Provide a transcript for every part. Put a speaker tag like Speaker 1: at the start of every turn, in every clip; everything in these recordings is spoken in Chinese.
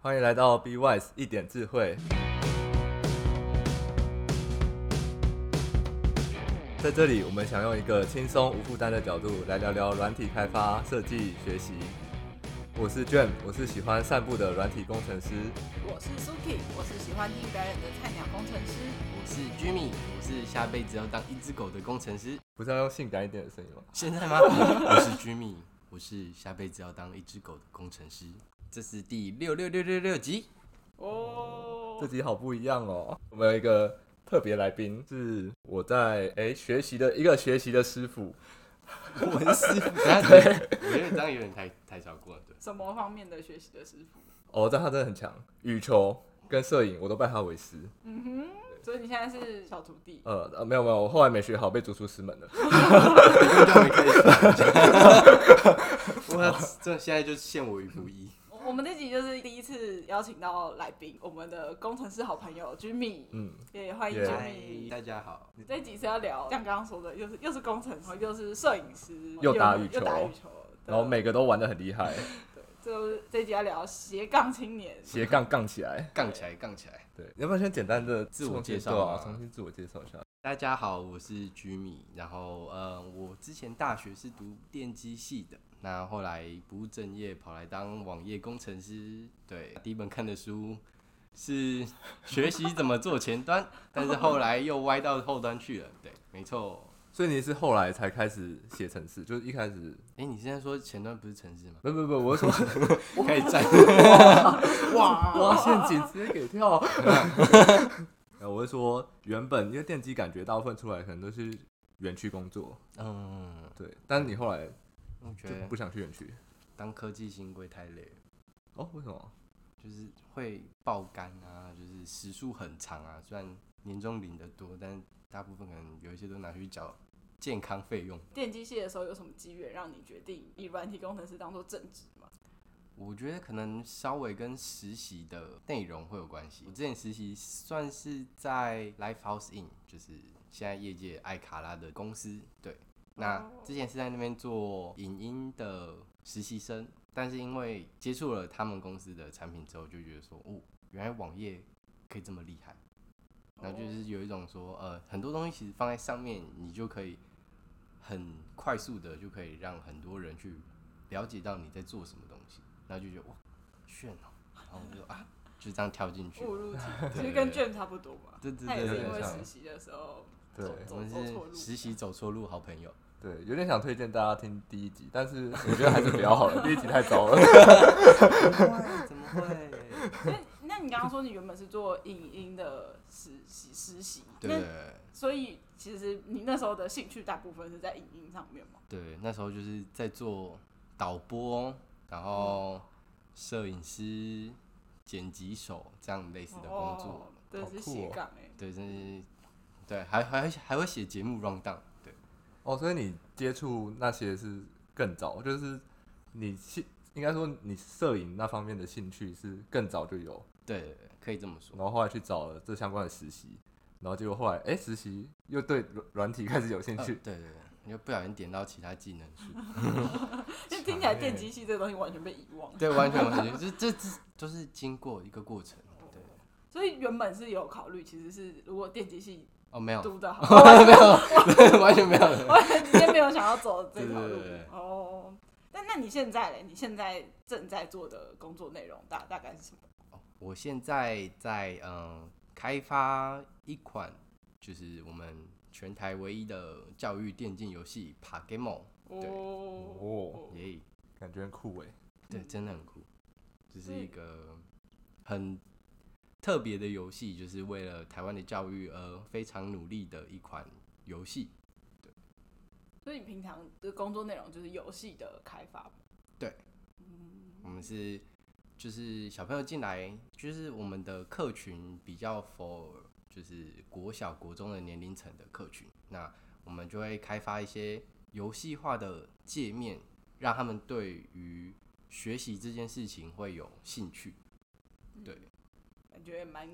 Speaker 1: 欢迎来到 B Wise 一点智慧。在这里，我们想用一个轻松无负担的角度来聊聊软体开发、设计、学习。我是 Jam，我是喜欢散步的软体工程师。
Speaker 2: 我是 Suki，我是喜欢听表演的菜鸟工程师。
Speaker 3: 我是 Jimmy，我是下辈子要当一只狗的工程师。
Speaker 1: 不是要用性感一点的声音吗？
Speaker 3: 现在 吗？我是 Jimmy，我是下辈子要当一只狗的工程师。这是第六六六六六集，
Speaker 2: 哦
Speaker 1: 这集好不一样哦。我们有一个特别来宾，是我在诶学习的一个学习的师傅。
Speaker 3: 文师傅。等一下等一下我觉得这样有点太太超过了，对。
Speaker 2: 什么方面的学习的师傅？
Speaker 1: 哦，但他真的很强，羽球跟摄影我都拜他为师。
Speaker 2: 嗯哼，所以你现在是小徒弟。
Speaker 1: 呃，呃没有没有，我后来没学好，被逐出师门了。
Speaker 3: 我们开始。 我这现在就陷我于不义。
Speaker 2: 我我们这集就是第一次邀请到来宾，我们的工程师好朋友 Jimmy，
Speaker 1: 嗯，
Speaker 2: 也欢迎
Speaker 1: Yeah
Speaker 3: 嗨
Speaker 2: Jimmy。
Speaker 3: 大家好。
Speaker 2: 这集是要聊像刚刚说的，又是又是工程师，又是摄影师，
Speaker 1: 又打羽球
Speaker 2: 又打羽球，
Speaker 1: 然后每个都玩的很厉 害，
Speaker 2: 对就是这集要聊斜杠青年。
Speaker 1: 斜杠杠起来。
Speaker 3: 杠起来，杠起来！
Speaker 1: 对，要不要先简单的
Speaker 3: 自我介绍
Speaker 1: 啊
Speaker 3: 吗？
Speaker 1: 重新自我介绍一下。
Speaker 3: 大家好，我是 Jimmy。然后，呃，我之前大学是读电机系的，那后来不务正业，跑来当网页工程师。对，第一本看的书是学习怎么做前端，但是后来又歪到后端去了。对，没错。
Speaker 1: 所以你是后来才开始写程式，就是一开始，
Speaker 3: 哎、你现在说前端不是城市吗？
Speaker 1: 不不不，我是说
Speaker 3: 可以站。
Speaker 2: 哇，
Speaker 1: 哇，陷阱直接给跳。呃 我是说，原本因为电机感觉大部分出来可能都是园区工作，
Speaker 3: 嗯，
Speaker 1: 对，但是你后来
Speaker 3: 我觉
Speaker 1: 就
Speaker 3: 得
Speaker 1: 不想去园区，
Speaker 3: 当科技新贵太累了。
Speaker 1: 哦，为什么？
Speaker 3: 就是会爆肝啊，就是时数很长啊。虽然年终领的多，但大部分可能有一些都拿去缴健康费用。
Speaker 2: 电机系的时候有什么机缘让你决定以软体工程师当做正职 吗？
Speaker 3: 我觉得可能稍微跟实习的内容会有关系。我之前实习算是在 Lifehouse Inn，就是现在业界爱卡拉的公司。对，那
Speaker 2: 哦
Speaker 3: 之前是在那边做影音的实习生，但是因为接触了他们公司的产品之后，就觉得说，哦，原来网页可以这么厉害。然后就是有一种说，呃，很多东西其实放在上面，你就可以很快速的就可以让很多人去了解到你在做什么东西，然后就觉得哇，炫哦、然后我就啊，就这样跳进去。
Speaker 2: 误入歧途，
Speaker 3: 对
Speaker 2: 其实跟卷差不多嘛。
Speaker 3: 对对
Speaker 2: 他也是
Speaker 3: 对
Speaker 2: 因为
Speaker 3: 对，
Speaker 2: 实习的时 候
Speaker 1: 对
Speaker 2: 走
Speaker 3: 我
Speaker 2: 走
Speaker 3: 们
Speaker 2: 走错
Speaker 3: 是
Speaker 2: 路，
Speaker 3: 实习走错路，好朋友。
Speaker 1: 对，有点想推荐大家听第一集，但 是我觉得还是不要好了，第一集太糟了。
Speaker 3: 怎么会？
Speaker 2: 所以那你刚刚说你原本是做影音的实习实习，
Speaker 3: 对对对
Speaker 2: 那所以其实你那时候的兴趣大部分是在影音上面嘛？
Speaker 3: 对，那时候就是在做导播，然后摄影师、剪辑手这样类似的工作。
Speaker 2: 哦，对，
Speaker 1: 好酷
Speaker 2: 是
Speaker 1: 哦
Speaker 2: 斜杠哎。
Speaker 3: 对，真是对，还还还会写节目 round down，对，
Speaker 1: 哦，所以你接触那些是更早，就是你兴应该说你摄影那方面的兴趣是更早就有，
Speaker 3: 对对，对可以这么说
Speaker 1: 然。后后来去找了这相关的实习，然后结果后来哎、诶实习又对软软体开始有兴
Speaker 3: 呃
Speaker 1: 趣
Speaker 3: 对，对对，你就不小心点到其他技能树，
Speaker 2: 就听起来
Speaker 3: 欸
Speaker 2: 电机系这东西完全被遗 忘，
Speaker 3: 对，完全完全，这这这都是经过一个过程。对，
Speaker 2: 所以原本是有考虑，其实是如果电机系
Speaker 3: 哦，没有，
Speaker 2: 读的 好，完全
Speaker 3: 完全没有。
Speaker 2: 完全直接没有想要走这条路
Speaker 3: 对对对对
Speaker 2: 哦。那那你现在嘞？你现在正在做的工作内容大大概是什么？
Speaker 3: 哦我现在在嗯开发一款，就是我们全台唯一的教育电竞游戏 Pagamo，对
Speaker 2: 哦，
Speaker 3: 耶，
Speaker 1: 感觉很酷哎。
Speaker 3: 对，真的很酷，这是
Speaker 2: 所以
Speaker 3: 一个很特别的游戏，就是为了台湾的教育而非常努力的一款游戏。
Speaker 2: 所以你平常的工作内容就是游戏的开发吗
Speaker 3: 对，我们是就是小朋友进来，就是我们的客群比较 for 就是国小国中的年龄层的客群，那我们就会开发一些游戏化的界面，让他们对于学习这件事情会有兴趣。对，
Speaker 2: 感觉也蛮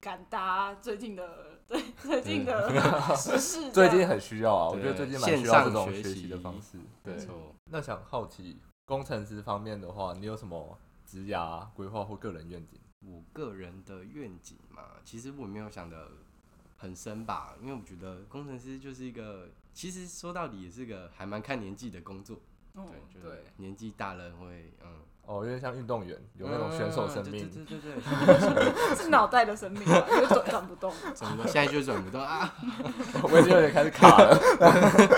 Speaker 2: 敢搭最近的对最近的 时 事这
Speaker 1: 最
Speaker 2: 样，
Speaker 1: 近很需要啊，我
Speaker 3: 对
Speaker 1: 觉得最近蛮
Speaker 3: 线
Speaker 1: 需要这
Speaker 3: 上
Speaker 1: 种
Speaker 3: 学
Speaker 1: 学习
Speaker 3: 习
Speaker 1: 的方式。对
Speaker 3: 没
Speaker 2: 嗯，
Speaker 3: 错。
Speaker 1: 那想好奇工程师方面的话，你有什么职涯规划或个人愿景？
Speaker 3: 我个人的愿景嘛，其实我没有想的很深吧，因为我觉得工程师就是一个，其实说到底也是个还蛮看年纪的工作。
Speaker 2: 嗯，
Speaker 3: 哦对，就是
Speaker 2: 对，
Speaker 3: 年纪大了会嗯，
Speaker 1: 哦，有点像运动员，有那种选手生命
Speaker 3: 嗯， 对对对对对，
Speaker 2: 是脑袋的生命吧，就转转不动。
Speaker 3: 怎么说现在就转不动啊？
Speaker 1: 我已经有点开始卡了。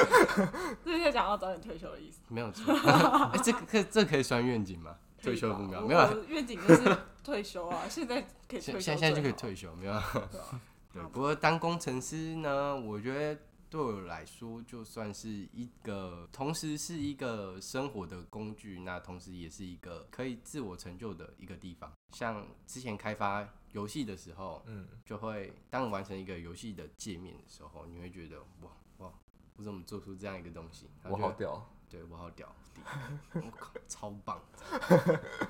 Speaker 2: 这是讲要早点退休的意思。
Speaker 3: 没有错， 哎这个可这可以算愿景吗？退休目标
Speaker 2: 可以吧
Speaker 3: 没有啊
Speaker 2: 我我愿景就是退休啊，现在可以退
Speaker 3: 现
Speaker 2: 休，
Speaker 3: 现在就可以，退休，没有啊？
Speaker 2: 对啊
Speaker 3: 对，不过当工程师呢，我觉得对我来说就算是一个，同时是一个生活的工具，那同时也是一个可以自我成就的一个地方。像之前开发游戏的时候，
Speaker 1: 嗯，
Speaker 3: 就会当你完成一个游戏的界面的时候，你会觉得哇哇，我怎么做出这样一个东西？然
Speaker 1: 我
Speaker 3: 后
Speaker 1: 好
Speaker 3: 就
Speaker 1: 屌，
Speaker 3: 对我好屌，我靠，超棒！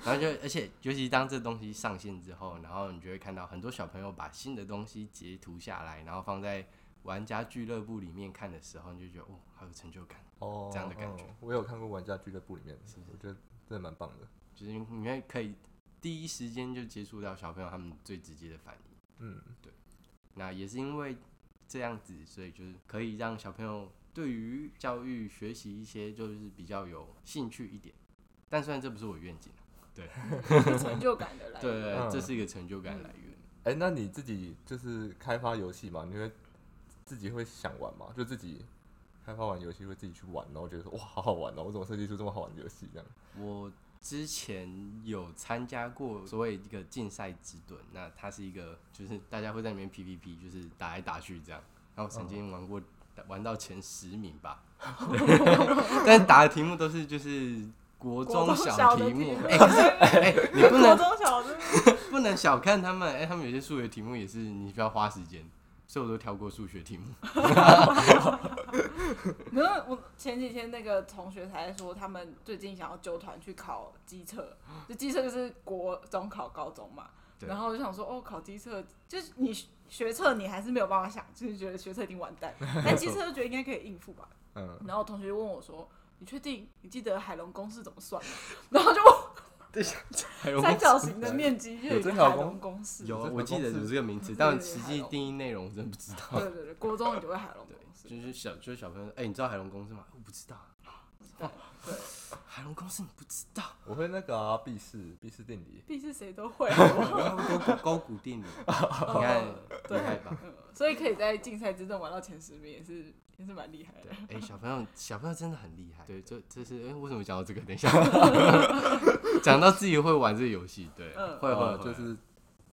Speaker 3: 然后就，而且尤其当这东西上线之后，然后你就会看到很多小朋友把新的东西截图下来，然后放在玩家俱乐部里面看的时候，你就觉得哦，好有成就感，
Speaker 1: 哦，
Speaker 3: 这样的感觉
Speaker 1: 嗯我有看过玩家俱乐部里面的，我觉得真的蛮棒的。
Speaker 3: 就是你会可以第一时间就接触到小朋友他们最直接的反应。
Speaker 1: 嗯，
Speaker 3: 那也是因为这样子，所以就是可以让小朋友对于教育学习一些就是比较有兴趣一点。但虽然这不是我愿景啊，
Speaker 2: 有成就感的来源。
Speaker 3: 对啊
Speaker 1: 嗯
Speaker 3: 对，对这是一个成就感来源。
Speaker 1: 哎、那你自己就是开发游戏嘛？你会自己会想玩吗？就自己开发完游戏会自己去玩，然后觉得说哇，好好玩哦！我怎么设计出这么好玩的游戏？这样，
Speaker 3: 我之前有参加过所谓一个竞赛之盾，那它是一个就是大家会在里面 PVP，就是打来打去这样。然后我曾经玩过，玩到前十名吧， 但是打的题目都是就是国中小题目
Speaker 2: 国中小的题目，
Speaker 3: 哎、可是哎、你不
Speaker 2: 国
Speaker 3: 能
Speaker 2: 中小的
Speaker 3: 不能小看他们，哎、他们有些数学题目也是你需要花时间，所以我都跳过数学题目。
Speaker 2: 没有，我前几天那个同学才说，他们最近想要纠团去考机测，就机测就是国中考高中嘛。
Speaker 3: 对
Speaker 2: 然后我就想说，哦，考机测就是你学测你还是没有办法想，就是觉得学测一定完蛋，但机测就觉得应该可以应付吧。
Speaker 1: 嗯，
Speaker 2: 然后同学就问我说：“你确定你记得海龙公式怎么算吗？”然后就问 我三角形的面积就
Speaker 1: 有
Speaker 2: 一
Speaker 1: 这
Speaker 2: 个
Speaker 1: 条
Speaker 2: 海
Speaker 1: 公
Speaker 2: 龙公式。
Speaker 3: 有，
Speaker 1: 这
Speaker 3: 我
Speaker 1: 个
Speaker 3: 记
Speaker 1: 公
Speaker 3: 得
Speaker 1: 式
Speaker 3: 有这个名词，
Speaker 2: 对
Speaker 3: 但
Speaker 2: 对
Speaker 3: 实
Speaker 2: 海
Speaker 3: 际
Speaker 2: 龙
Speaker 3: 定义内容我真的不知道。
Speaker 2: 对对对，国中你就会海龙公式。
Speaker 3: 就是小就是小朋友，哎、你知道海龙公司吗？我不知道，
Speaker 2: 对，
Speaker 3: 海龙公司你不知 道，
Speaker 1: 我会那个啊，毕氏毕氏定理，
Speaker 2: 必是谁都会。啊
Speaker 3: 高古高古定 理，你看厉
Speaker 2: 对
Speaker 3: 害吧？
Speaker 2: 嗯 所以可以在竞赛之中玩到前十名，也是也是蛮厉害
Speaker 3: 对
Speaker 2: 的。，
Speaker 3: 哎、小朋友小朋友真的很厉害，对，这这是哎、为什么讲到这个？等一下， 讲到自己会玩这个游戏，对，
Speaker 2: 嗯
Speaker 3: 会会
Speaker 1: 呃
Speaker 3: 会，
Speaker 1: 就是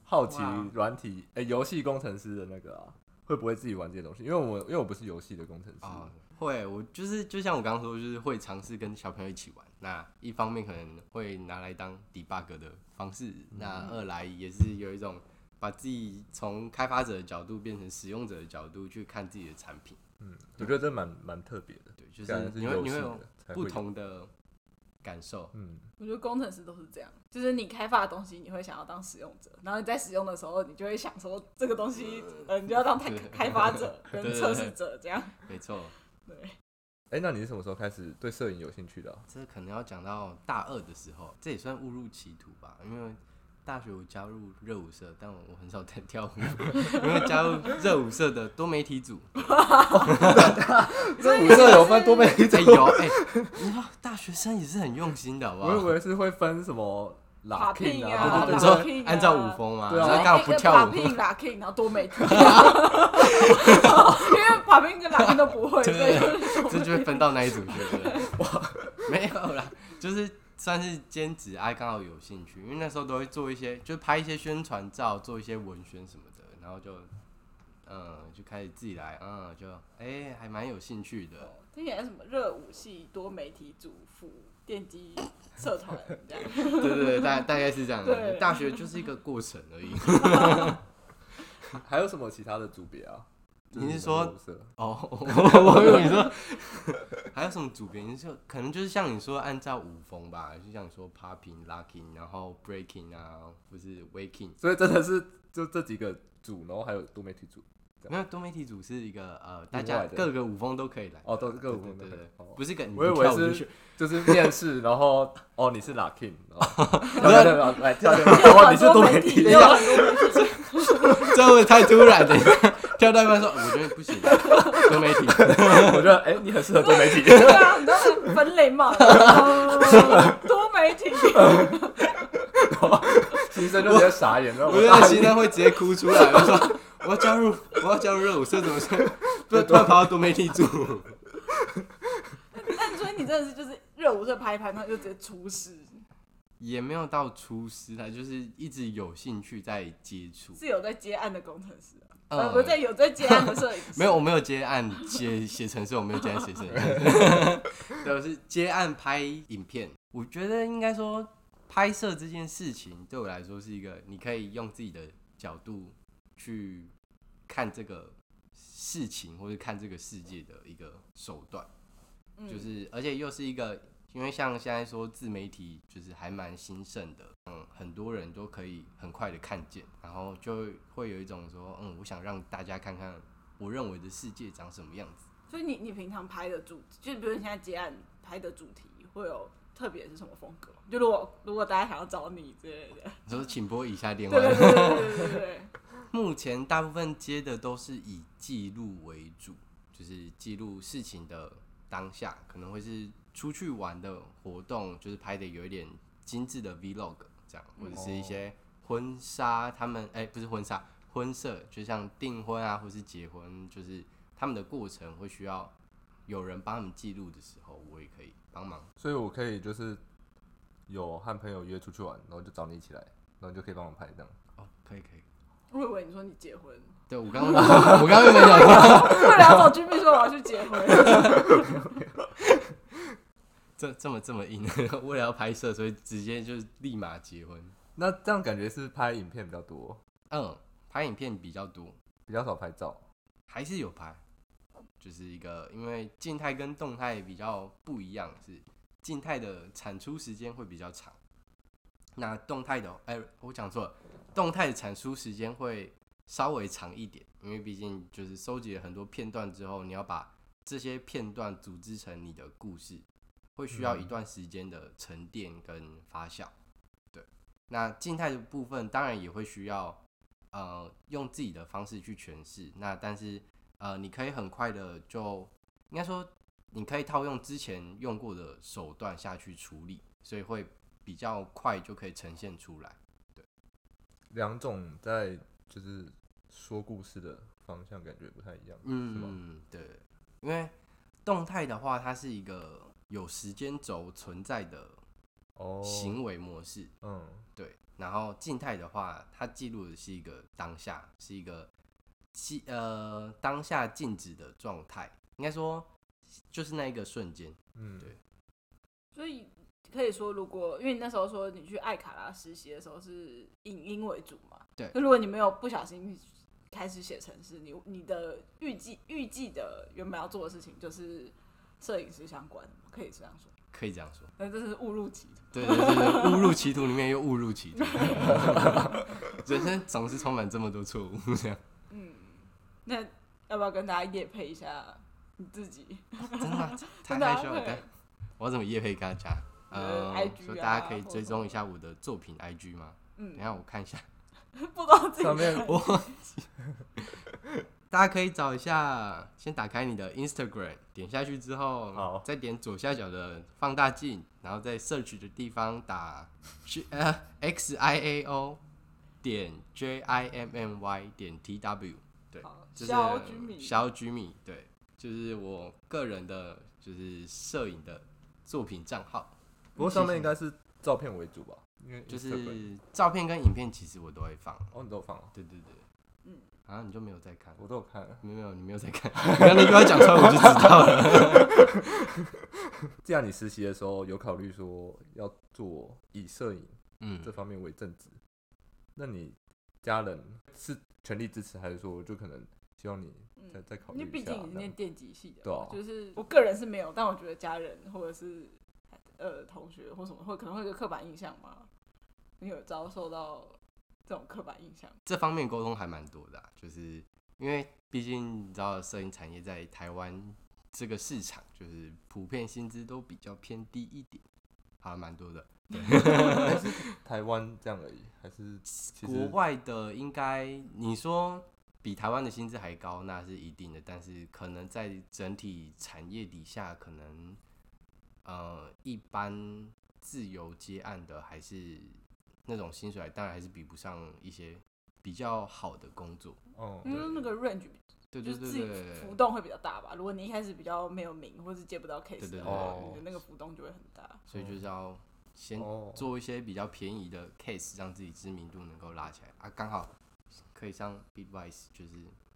Speaker 1: 好奇
Speaker 2: 哇
Speaker 1: 软体哎，游、戏工程师的那个啊，会不会自己玩这些东西？因为我因为我不是游戏的工程师，
Speaker 3: 啊、会，我就是就像我刚刚说，就是会尝试跟小朋友一起玩。那一方面可能会拿来当 debug 的方式，那二来也是有一种把自己从开发者的角度变成使用者的角度去看自己的产品。
Speaker 1: 嗯，我觉得这蛮蛮特别的，
Speaker 3: 对，就
Speaker 1: 感
Speaker 3: 是
Speaker 1: 觉
Speaker 3: 你会
Speaker 1: 游
Speaker 3: 你
Speaker 1: 戏
Speaker 3: 会
Speaker 1: 的
Speaker 3: 有
Speaker 1: 才会
Speaker 3: 不
Speaker 1: 有，
Speaker 3: 同的感受。
Speaker 1: 嗯，
Speaker 2: 我觉得工程师都是这样，就是你开发的东西，你会想要当使用者，然后你在使用的时候，你就会想说这个东西，呃，你就要当开开发者跟
Speaker 3: 对对对
Speaker 2: 测试者这样。
Speaker 3: 没错，
Speaker 2: 对，
Speaker 1: 哎、那你是什么时候开始对摄影有兴趣的 啊、
Speaker 3: 这可能要讲到大二的时候，这也算误入歧途吧，因为。大学我加入热舞社，但我我很少在 跳舞，因为加入热舞社的多媒体组，
Speaker 1: 这五色有分多媒体
Speaker 3: 哎、有哎、你知道大学生也是很用心的，好不
Speaker 1: 我以
Speaker 3: 好？
Speaker 1: 为是会分什么拉
Speaker 2: 打拼
Speaker 1: 啊，
Speaker 2: 啊
Speaker 1: 对对
Speaker 3: 你
Speaker 1: 对
Speaker 2: 打
Speaker 3: 说
Speaker 2: 拼啊
Speaker 3: 按照舞风嘛，
Speaker 1: 对啊
Speaker 3: 然后
Speaker 2: 哎
Speaker 3: 刚好不跳舞，
Speaker 2: 拼拉 king，然后多媒体，因为把拼跟拉 king 都不会，所
Speaker 3: 对
Speaker 2: 以
Speaker 3: 对
Speaker 2: 就是多
Speaker 3: 这
Speaker 2: 媒
Speaker 3: 就
Speaker 2: 体
Speaker 3: 会分到那一组去，对不对？没有啦，就是算是兼职，哎、刚好有兴趣，因为那时候都会做一些，就拍一些宣传照，做一些文宣什么的，然后就，嗯，就开始自己来，嗯，就哎、还蛮有兴趣的。
Speaker 2: 哦听起来是什么热舞系多媒体主妇电机社团这 样。
Speaker 3: 对对对，大大概是这样的。
Speaker 2: 对
Speaker 3: 大学就是一个过程而已。
Speaker 1: 还有什么其他的组别啊？
Speaker 3: 你是说
Speaker 1: 就是什么五色
Speaker 3: 哦，我以为你说 还有什么组别？你说可能就是像你说按照舞风吧，就像你说 popping、locking，然后 breaking 啊，或是 waking。
Speaker 1: 所以真的是就这几个组，然后还有多媒体组，对
Speaker 3: 没有多媒体组是一个呃，大
Speaker 1: 另
Speaker 3: 家
Speaker 1: 外的
Speaker 3: 各个舞风都可以来，
Speaker 1: 哦，都是各
Speaker 3: 对
Speaker 1: 五
Speaker 3: 对
Speaker 1: 分
Speaker 3: 对对
Speaker 1: 哦
Speaker 3: 不是个你
Speaker 1: 我以
Speaker 3: 不
Speaker 1: 为
Speaker 3: 跳舞就是去
Speaker 1: 就是面试，然后哦你是 lucky，
Speaker 3: 不是
Speaker 1: 来跳这个，哦你是多媒体，
Speaker 2: 也有很多媒体，
Speaker 3: 这会不会太突然 了，跳到一半说我觉得不行，多媒体，
Speaker 1: 我觉得哎你很适合多媒体，
Speaker 2: 对啊，很多人分类嘛，哦多媒体，
Speaker 1: 新生就直接傻眼，然后
Speaker 3: 我觉得心脏会直接哭出来，我说我要加入，我要加入热舞社，怎么是不是突然跑到多媒体组？
Speaker 2: 但所以你真的是就是热舞社拍一拍，然后就直接出师，
Speaker 3: 也没有到出师啊，就是一直有兴趣在接触，
Speaker 2: 是有在接案的工程师啊，呃，
Speaker 3: 呃
Speaker 2: 不对，有在接案的摄影师，
Speaker 3: 没有，我没有接案写写程式，我没有接案写程式，对，我是接案拍影片。我觉得应该说，拍摄这件事情对我来说是一个，你可以用自己的角度去看这个事情或者看这个世界的一个手段，
Speaker 2: 嗯，
Speaker 3: 就是而且又是一个，因为像现在说自媒体就是还蛮兴盛的，嗯，很多人都可以很快的看见，然后就会有一种说，嗯，我想让大家看看我认为的世界长什么样子。
Speaker 2: 所以你你平常拍的主，就比如你现在接案拍的主题会有特别是什么风格吗？就如果如果大家想要找你之类的，
Speaker 3: 你说，请拨以下电
Speaker 2: 对
Speaker 3: 话。
Speaker 2: 对对对对对对，
Speaker 3: 目前大部分接的都是以记录为主，就是记录事情的当下，可能会是出去玩的活动，就是拍的有一点精致的 vlog 这样，或者是一些婚纱，他们哎、不是婚纱，婚摄，就像订婚啊，或是结婚，就是他们的过程会需要有人帮他们记录的时候，我也可以帮忙。
Speaker 1: 所以我可以就是有和朋友约出去玩，然后就找你一起来，然后你就可以帮我拍这样。
Speaker 3: 哦，可以可以。
Speaker 2: 我以为你说你结婚，
Speaker 3: 对我刚刚我刚刚有没有 讲过？
Speaker 2: 为了要找君碧说我要去结婚，
Speaker 3: 这这么这么硬， 为了要拍摄，所以直接就是立马结婚。
Speaker 1: 那这样感觉是拍影片比较多，
Speaker 3: 嗯，拍影片比较多，
Speaker 1: 比较少拍照。
Speaker 3: 还是有拍，就是一个因为静态跟动态比较不一样，是静态的产出时间会比较长，那动态的，哎、我讲错了，动态的产出时间会稍微长一点，因为毕竟就是收集了很多片段之后，你要把这些片段组织成你的故事，会需要一
Speaker 1: 嗯
Speaker 3: 段时间的沉淀跟发酵。对，那静态的部分当然也会需要，呃，用自己的方式去诠释。那但是呃，你可以很快的就应该说，你可以套用之前用过的手段下去处理，所以会比较快就可以呈现出来。
Speaker 1: 两种在就是说故事的方向感觉不太一样，是吗？
Speaker 3: 嗯，对，因为动态的话，它是一个有时间轴存在的
Speaker 1: 哦，，
Speaker 3: 行为模式，
Speaker 1: 嗯，
Speaker 3: 对。然后静态的话，它记录的是一个当下，是一个记呃当下静止的状态，应该说就是那一个瞬间。
Speaker 1: 嗯，
Speaker 3: 对
Speaker 2: 所以可以说，如果因为你那时候说你去艾卡拉实习的时候是影音为主嘛，
Speaker 3: 对
Speaker 2: 那如果你没有不小心开始写程式，你你的预计预计的原本要做的事情就是摄影师相关的嘛，可以这样说。
Speaker 3: 可以这样说，
Speaker 2: 那这是误入歧途。
Speaker 3: 对对对对，误入歧途里面又误入歧途， 人生总是充满这么多错误。这样
Speaker 2: 嗯，那要不要跟大家夜配一下你自己？
Speaker 3: 真的吗太
Speaker 2: 真的啊
Speaker 3: 害羞 了，
Speaker 2: 会
Speaker 3: 但我要怎么夜配跟他讲？
Speaker 2: 呃
Speaker 3: 嗯
Speaker 2: IG
Speaker 3: 所以大家可以
Speaker 2: 啊或
Speaker 3: 追
Speaker 2: 什
Speaker 3: 踪
Speaker 2: 么
Speaker 3: 一下我的作品 IG 吗？等一
Speaker 2: 嗯，
Speaker 3: 下我看一下，
Speaker 2: 不知道自己
Speaker 1: 上面
Speaker 3: 我忘记了大家可以找一下，先打开你的 Instagram，点下去之后
Speaker 1: 好，
Speaker 3: 再点左下角的放大镜，然后在 search 的地方打 G- 呃 X I A O 点 J I M M Y 点 T W。
Speaker 2: 好
Speaker 3: 就是
Speaker 2: 肖居民，
Speaker 3: 肖居米，对，就是我个人的，就是摄影的作品账号，
Speaker 1: 不过上面应该是照片为主吧，因为
Speaker 3: 就
Speaker 1: Instagram
Speaker 3: 是照片跟影片，其实我都会放。
Speaker 1: 哦，你都有放哦，
Speaker 3: 对对对，
Speaker 2: 嗯，
Speaker 3: 啊，你就没有在看？
Speaker 1: 我都有看。
Speaker 3: 没有没有，你没有在看。你刚那句话讲出来，我就知道了。
Speaker 1: 这样你实习的时候有考虑说要做以摄影
Speaker 3: 嗯
Speaker 1: 这，方面为正职，那你家人是全力支持，还是说就可能希望你再
Speaker 2: 嗯，
Speaker 1: 再考虑
Speaker 2: 因
Speaker 1: 一下？
Speaker 2: 为毕竟你是念电机系的，
Speaker 1: 对啊
Speaker 2: 就是我个人是没有，但我觉得家人或者是呃同学或什么，会可能会有刻板印象嘛。你有遭受到这种刻板印象？
Speaker 3: 这方面沟通还蛮多的啊、就是因为毕竟你知道，摄影产业在台湾这个市场，就是普遍薪资都比较偏低一点，还蛮多的。
Speaker 1: 台湾这样而已，还是其
Speaker 3: 国
Speaker 1: 实
Speaker 3: 外的应该你说比台湾的薪资还高，那是一定的，但是可能在整体产业底下，可能呃一般自由接案的还是那种薪水，当然还是比不上一些比较好的工作。
Speaker 1: 哦，
Speaker 2: 因为那个 range
Speaker 3: 对
Speaker 2: 就
Speaker 3: 对
Speaker 2: 是
Speaker 3: 对
Speaker 2: 自
Speaker 3: 对
Speaker 2: 己
Speaker 3: 对
Speaker 2: 浮动会比较大吧。如果你一开始比较没有名，或是接不到 case
Speaker 3: 对
Speaker 2: 的话，
Speaker 1: 哦
Speaker 2: 你的那个浮动就会很大。
Speaker 3: 所以就是要先
Speaker 1: 哦，
Speaker 3: 做一些比较便宜的 case，让自己知名度能够拉起来啊，刚好可以上 Bitwise，就是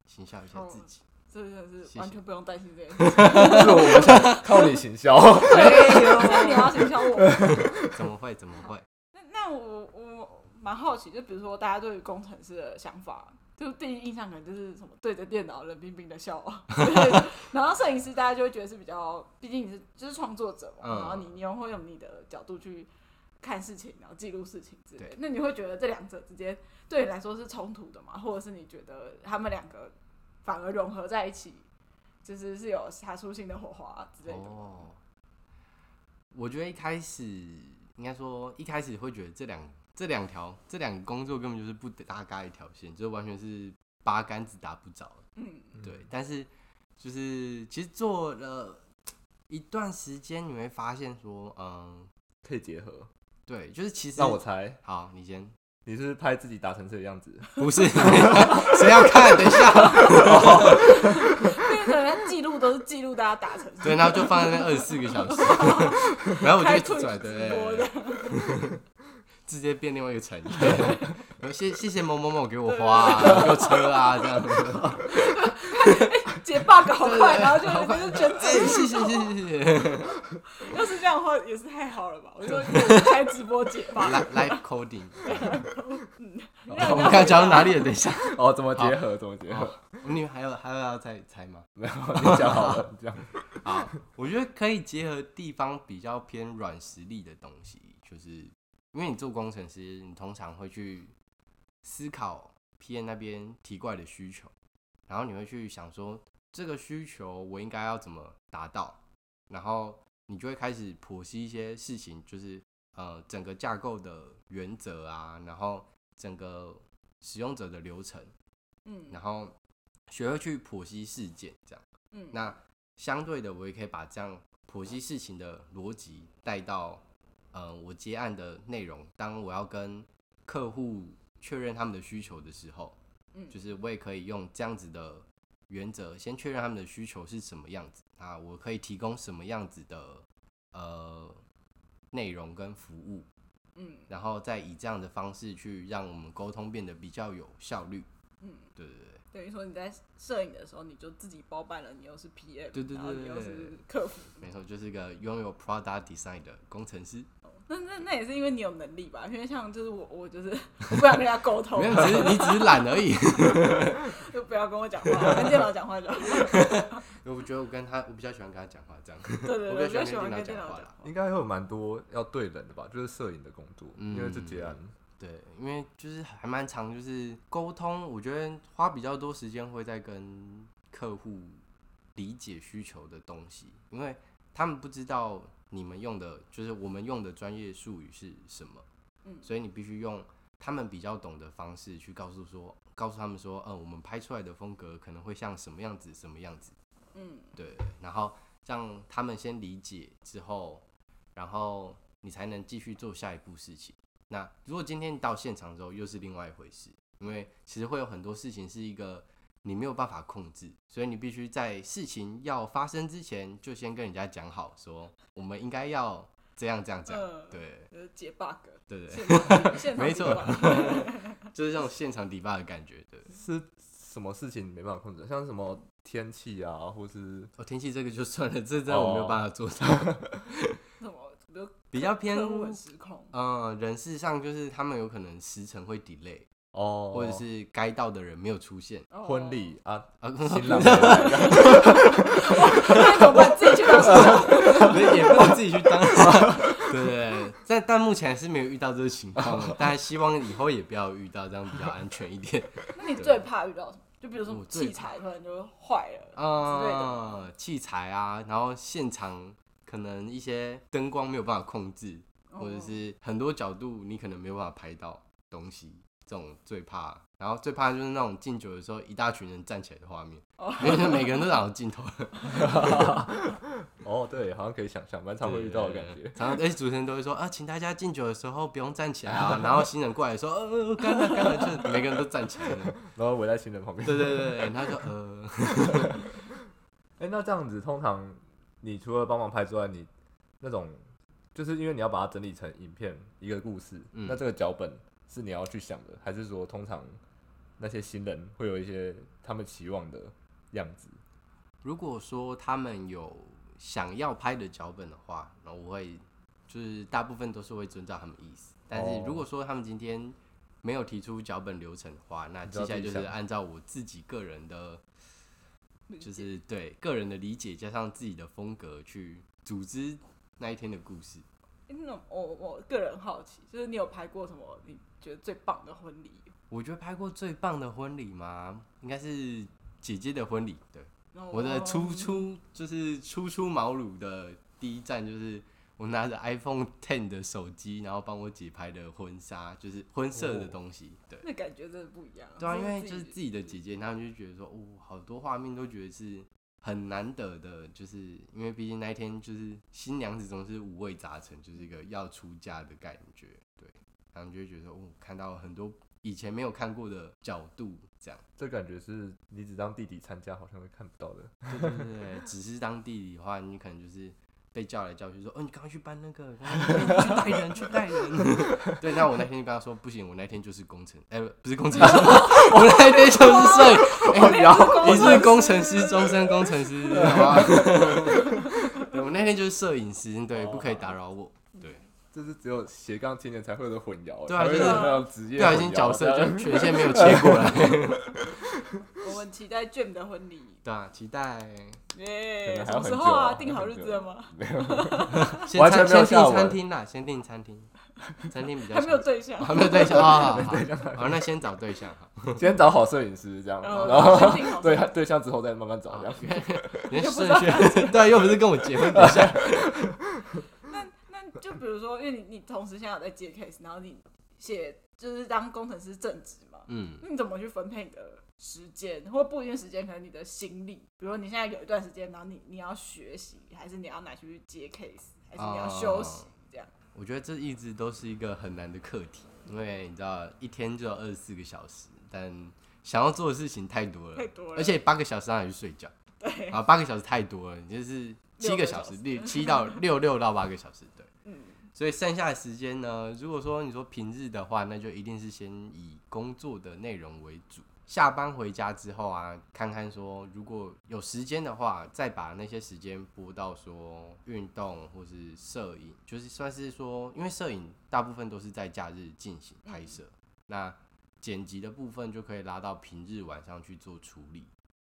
Speaker 3: 行销一下自己。
Speaker 2: 这真的
Speaker 3: 谢谢
Speaker 2: 是完全不用担心这件事。
Speaker 1: 是我们想靠你行销，
Speaker 2: 所以你要请教我。
Speaker 3: 怎么会？怎么会？
Speaker 2: 那那我我蛮好奇，就比如说大家对于工程师的想法，就第一印象可能就是什么对着电脑冷冰冰的笑 啊，对然后摄影师大家就会觉得是比较，毕竟你是就是创作者嘛，
Speaker 3: 嗯
Speaker 2: 然后你你又会用你的角度去。看事情，然后记录事情之类的
Speaker 3: 对。
Speaker 2: 那你会觉得这两者之间对你来说是冲突的吗？或者是你觉得他们两个反而融合在一起，就是是有擦出新的火花之类的吗？
Speaker 3: 哦，我觉得一开始应该说一开始会觉得这两这两条这两个工作根本就是不搭嘎一条线，就完全是八竿子打不着。
Speaker 2: 嗯，
Speaker 3: 对，但是就是其实做了一段时间，你会发现说，嗯，
Speaker 1: 可以结合。
Speaker 3: 对，就是其实
Speaker 1: 让我猜，
Speaker 3: 好，你先
Speaker 1: 你是不是拍自己打成这个样子？
Speaker 3: 不是 谁要看？等一下，
Speaker 2: 因为可能记录都是记录大家打成绩
Speaker 3: 哦对，然后就放在那边二十四个 小时，然后我就
Speaker 2: 开
Speaker 3: 会
Speaker 2: 退
Speaker 3: 出来，
Speaker 2: 直
Speaker 3: 对
Speaker 2: 播的，
Speaker 3: 直接变另外一个产业。然后 谢谢谢某某某给我花、啊、给我车啊，这样子。
Speaker 2: 解 bug 好快，然后就
Speaker 3: 好快
Speaker 2: 就是全
Speaker 3: 哎、
Speaker 2: 职。
Speaker 3: 谢谢谢谢谢谢。
Speaker 2: 要是这样的话，也是太好了吧？我说我开直播嗯解 bug，
Speaker 3: 来来 coding，
Speaker 2: 让
Speaker 3: 我
Speaker 2: 人
Speaker 3: 们
Speaker 2: 家
Speaker 3: 刚刚讲到
Speaker 2: 回答
Speaker 3: 哪里了？等一下，
Speaker 1: 哦，怎么结合？怎么结合？
Speaker 3: 哦你们还有还有要再猜吗？
Speaker 1: 没有，你讲好 了，你讲。
Speaker 3: 好，我觉得可以结合地方比较偏软实力的东西，就是因为你做工程师，你通常会去思考 PM 那边提过来的需求，然后你会去想说这个需求我应该要怎么达到，然后你就会开始剖析一些事情，就是呃整个架构的原则啊，然后整个使用者的流程，
Speaker 2: 嗯
Speaker 3: 然后学会去剖析事件这样。
Speaker 2: 嗯
Speaker 3: 那相对的，我也可以把这样剖析事情的逻辑带到，呃，我接案的内容。当我要跟客户确认他们的需求的时候，
Speaker 2: 嗯
Speaker 3: 就是我也可以用这样子的原则，先确认他们的需求是什么样子啊，我可以提供什么样子的呃内容跟服务，
Speaker 2: 嗯
Speaker 3: 然后再以这样的方式去让我们沟通变得比较有效率。
Speaker 2: 嗯，
Speaker 3: 对对对，
Speaker 2: 等于说你在摄影的时候，你就自己包办了，你又是 PM，
Speaker 3: 对对对
Speaker 2: 然后你又是客服，
Speaker 3: 没错，就是一个拥有 product design 的工程师。
Speaker 2: 那那那也是因为你有能力吧？因为像就是我，我就是 我不想跟人家沟通
Speaker 3: 没，有，只是你只是懒而 已。
Speaker 2: 就不要跟我讲话，我跟电脑 讲话就好。
Speaker 3: 我觉得我跟他，我比较喜欢跟他讲话 这样。
Speaker 2: 对对
Speaker 3: 我
Speaker 2: 对，比
Speaker 3: 比
Speaker 2: 较
Speaker 3: 较
Speaker 2: 喜
Speaker 3: 喜
Speaker 2: 欢
Speaker 3: 欢
Speaker 2: 跟电
Speaker 3: 跟电
Speaker 2: 脑讲
Speaker 3: 脑讲话
Speaker 2: 话
Speaker 3: 啦。
Speaker 1: 应该会有蛮多要对人的吧，就是摄影的工作，
Speaker 3: 嗯
Speaker 1: 因为是结案，
Speaker 3: 对，因为就是还蛮长，就是沟通，我觉得花比较多时间会在跟客户理解需求的东西，因为他们不知道你们用的，就是我们用的专业术语是什么，
Speaker 2: 嗯
Speaker 3: 所以你必须用他们比较懂的方式去告诉说，告诉他们说，嗯，我们拍出来的风格可能会像什么样子，什么样子。
Speaker 2: 嗯
Speaker 3: 对，然后让他们先理解之后，然后你才能继续做下一步事情。那如果今天到现场之后，又是另外一回事，因为其实会有很多事情是一个你没有办法控制，所以你必须在事情要发生之前，就先跟人家讲好，说我们应该要这样这样这样。
Speaker 2: 嗯，
Speaker 3: 对
Speaker 2: 就是解 bug，
Speaker 3: 对对，
Speaker 2: 现场现场
Speaker 3: 没错
Speaker 2: debug
Speaker 3: 就是这种现场 debug 的感觉。对，
Speaker 1: 是什么事情没办法控制，像什么天气啊，或是
Speaker 3: 哦，天气这个就算了，这真的我没有办法做到，
Speaker 2: 什么，比如
Speaker 3: 比较偏
Speaker 2: 客户很失控，
Speaker 3: 嗯，人事上就是他们有可能时程会 delay，
Speaker 1: 哦，
Speaker 3: 或者是该到的人没有出现
Speaker 2: 哦
Speaker 1: 婚，礼啊，
Speaker 3: 啊，
Speaker 1: 新郎没来
Speaker 2: 那怎么办？自己去当市场？
Speaker 3: 也不能自己去 当。对对对，但但目前还是没有遇到 这个情况，但希望以后也不要遇到，这样比较安全一点。
Speaker 2: 那你最怕遇到什么？就比如说
Speaker 3: 我最
Speaker 2: 器材可能就坏了，之类的
Speaker 3: 啊，器材啊，然后现场可能一些灯光没有办法控制，或者
Speaker 2: 嗯
Speaker 3: 是很多角度你可能没有办法拍到东西，这种最怕。然后最怕就是那种敬酒的时候一大群人站起来的画面，因为每个人都长有 镜头，
Speaker 1: 哦，对，好像可以想象，蛮常会遇到的感
Speaker 3: 对
Speaker 1: 觉。
Speaker 3: 常常而且主持人都会说啊，请大家敬酒的时候不用站起来 啊。然后新人过来说，呃呃，干了干了，就是每个人都站起来了。
Speaker 1: 然后围在新人旁边。
Speaker 3: 对对对，他说呃，
Speaker 1: 哎、那这样子，通常你除了帮忙拍之外，你那种就是因为你要把它整理成影片一个故事，
Speaker 3: 嗯
Speaker 1: 那这个脚本是你要去想的，还是说通常那些新人会有一些他们期望的样子？
Speaker 3: 如果说他们有想要拍的脚本的话，那我会就是大部分都是会遵照他们意思。但是
Speaker 1: 哦
Speaker 3: 如果说他们今天没有提出脚本流程的话，那
Speaker 1: 你就要
Speaker 3: 接下来
Speaker 1: 自
Speaker 3: 就
Speaker 1: 己
Speaker 3: 是
Speaker 1: 想
Speaker 3: 按照我自己个人的，
Speaker 2: 理解
Speaker 3: 就是对个人的理解加上自己的风格去组织那一天的故事。
Speaker 2: 诶那种我我个人好奇，就是你有拍过什么你觉得最棒的婚礼？
Speaker 3: 我觉得拍过最棒的婚礼吗？应该是姐姐的婚礼。对，
Speaker 2: 然后
Speaker 3: 我的初出就是初出茅庐的第一站就是我拿着 iPhone Ten 的手机，然后帮我姐拍的婚纱，就是婚摄的东西。对，
Speaker 2: 嗯那感觉真的不一样。
Speaker 3: 哦对啊，因为
Speaker 2: 自
Speaker 3: 就是自己的姐姐，然后就觉得说，哦，好多画面都觉得是很难得的，就是因为毕竟那一天就是新娘子总是五味杂陈，就是一个要出嫁的感觉。对，然后就会觉得哦，看到很多以前没有看过的角度，这样。
Speaker 1: 这感觉是你只当弟弟参加，好像会看不到的。
Speaker 3: 对对对对，只是当地理的话，你可能就是被叫来叫去说，哦，你赶快去搬那个，赶快去带人，去带人。 对，那我那天就跟他说，不行，我那天就是工程，哎、不是工程师， 我那天就是 摄影，哎、
Speaker 2: 然后
Speaker 3: 你是工程师，终身工程师，好吗？ 对，我那天就是摄影师，对，不可以打扰我。对，
Speaker 1: 这是只有斜杠青年才会有的混淆，欸
Speaker 3: 对啊
Speaker 1: 才会有
Speaker 2: 就是
Speaker 1: 那种职业
Speaker 3: 不小
Speaker 1: 混淆
Speaker 3: 心
Speaker 1: 啊
Speaker 3: 啊角色
Speaker 1: 大家
Speaker 3: 就权限没有切过来。
Speaker 2: 我们期待 Jam 的婚礼，
Speaker 3: 对啊，期待
Speaker 2: 耶、
Speaker 1: 可能还
Speaker 2: 什
Speaker 1: 要
Speaker 2: 么
Speaker 1: 很
Speaker 2: 时候啊？
Speaker 1: 久哦
Speaker 2: 定好
Speaker 1: 很
Speaker 2: 日
Speaker 1: 久
Speaker 2: 子了吗？
Speaker 3: 先
Speaker 1: 完全
Speaker 3: 餐
Speaker 1: 没有下
Speaker 3: 先订
Speaker 1: 文
Speaker 3: 餐厅啦，先订餐厅，餐厅比较
Speaker 2: 还没有
Speaker 3: 详细
Speaker 2: 对象，
Speaker 3: 还没有对象啊，好好好，那先找对象好。
Speaker 1: 先找好摄影师这样，
Speaker 2: 然
Speaker 3: 嗯
Speaker 2: 后
Speaker 1: 然后
Speaker 2: 先定哦 好
Speaker 1: 对对象之后再慢慢找这样。
Speaker 3: 连
Speaker 2: 又不
Speaker 3: 顺
Speaker 2: 知道
Speaker 3: 序，对啊，又不是跟我结婚对 象，
Speaker 2: 那那就比如说，因为你你同时现在有在接 case，然后你写就是当工程师正职嘛，
Speaker 3: 嗯，
Speaker 2: 那你怎么去分配你的时间，或不一定时间，可能你的心力，比如说你现在有一段时间，然后你你要学习，还是你要拿去接 case，还是你要休息
Speaker 3: 哦
Speaker 2: 这样？
Speaker 3: 我觉得这一直都是一个很难的课题，因为你知道一天就有二十四个小时，但想要做的事情太多了，
Speaker 2: 太多了
Speaker 3: 而且八个小时让你去睡觉，
Speaker 2: 对，
Speaker 3: 啊，八个小时太多了，你就是七个小时，
Speaker 2: 六
Speaker 3: 六
Speaker 2: 个小时
Speaker 3: 七到六六到八个小时，对。
Speaker 2: 嗯，
Speaker 3: 所以剩下的时间呢，如果说你说平日的话，那就一定是先以工作的内容为主。下班回家之后啊，看看说如果有时间的话，再把那些时间拨到说运动或是摄影，就是算是说，因为摄影大部分都是在假日进行拍摄，那剪辑的部分就可以拉到平日晚上去做处理。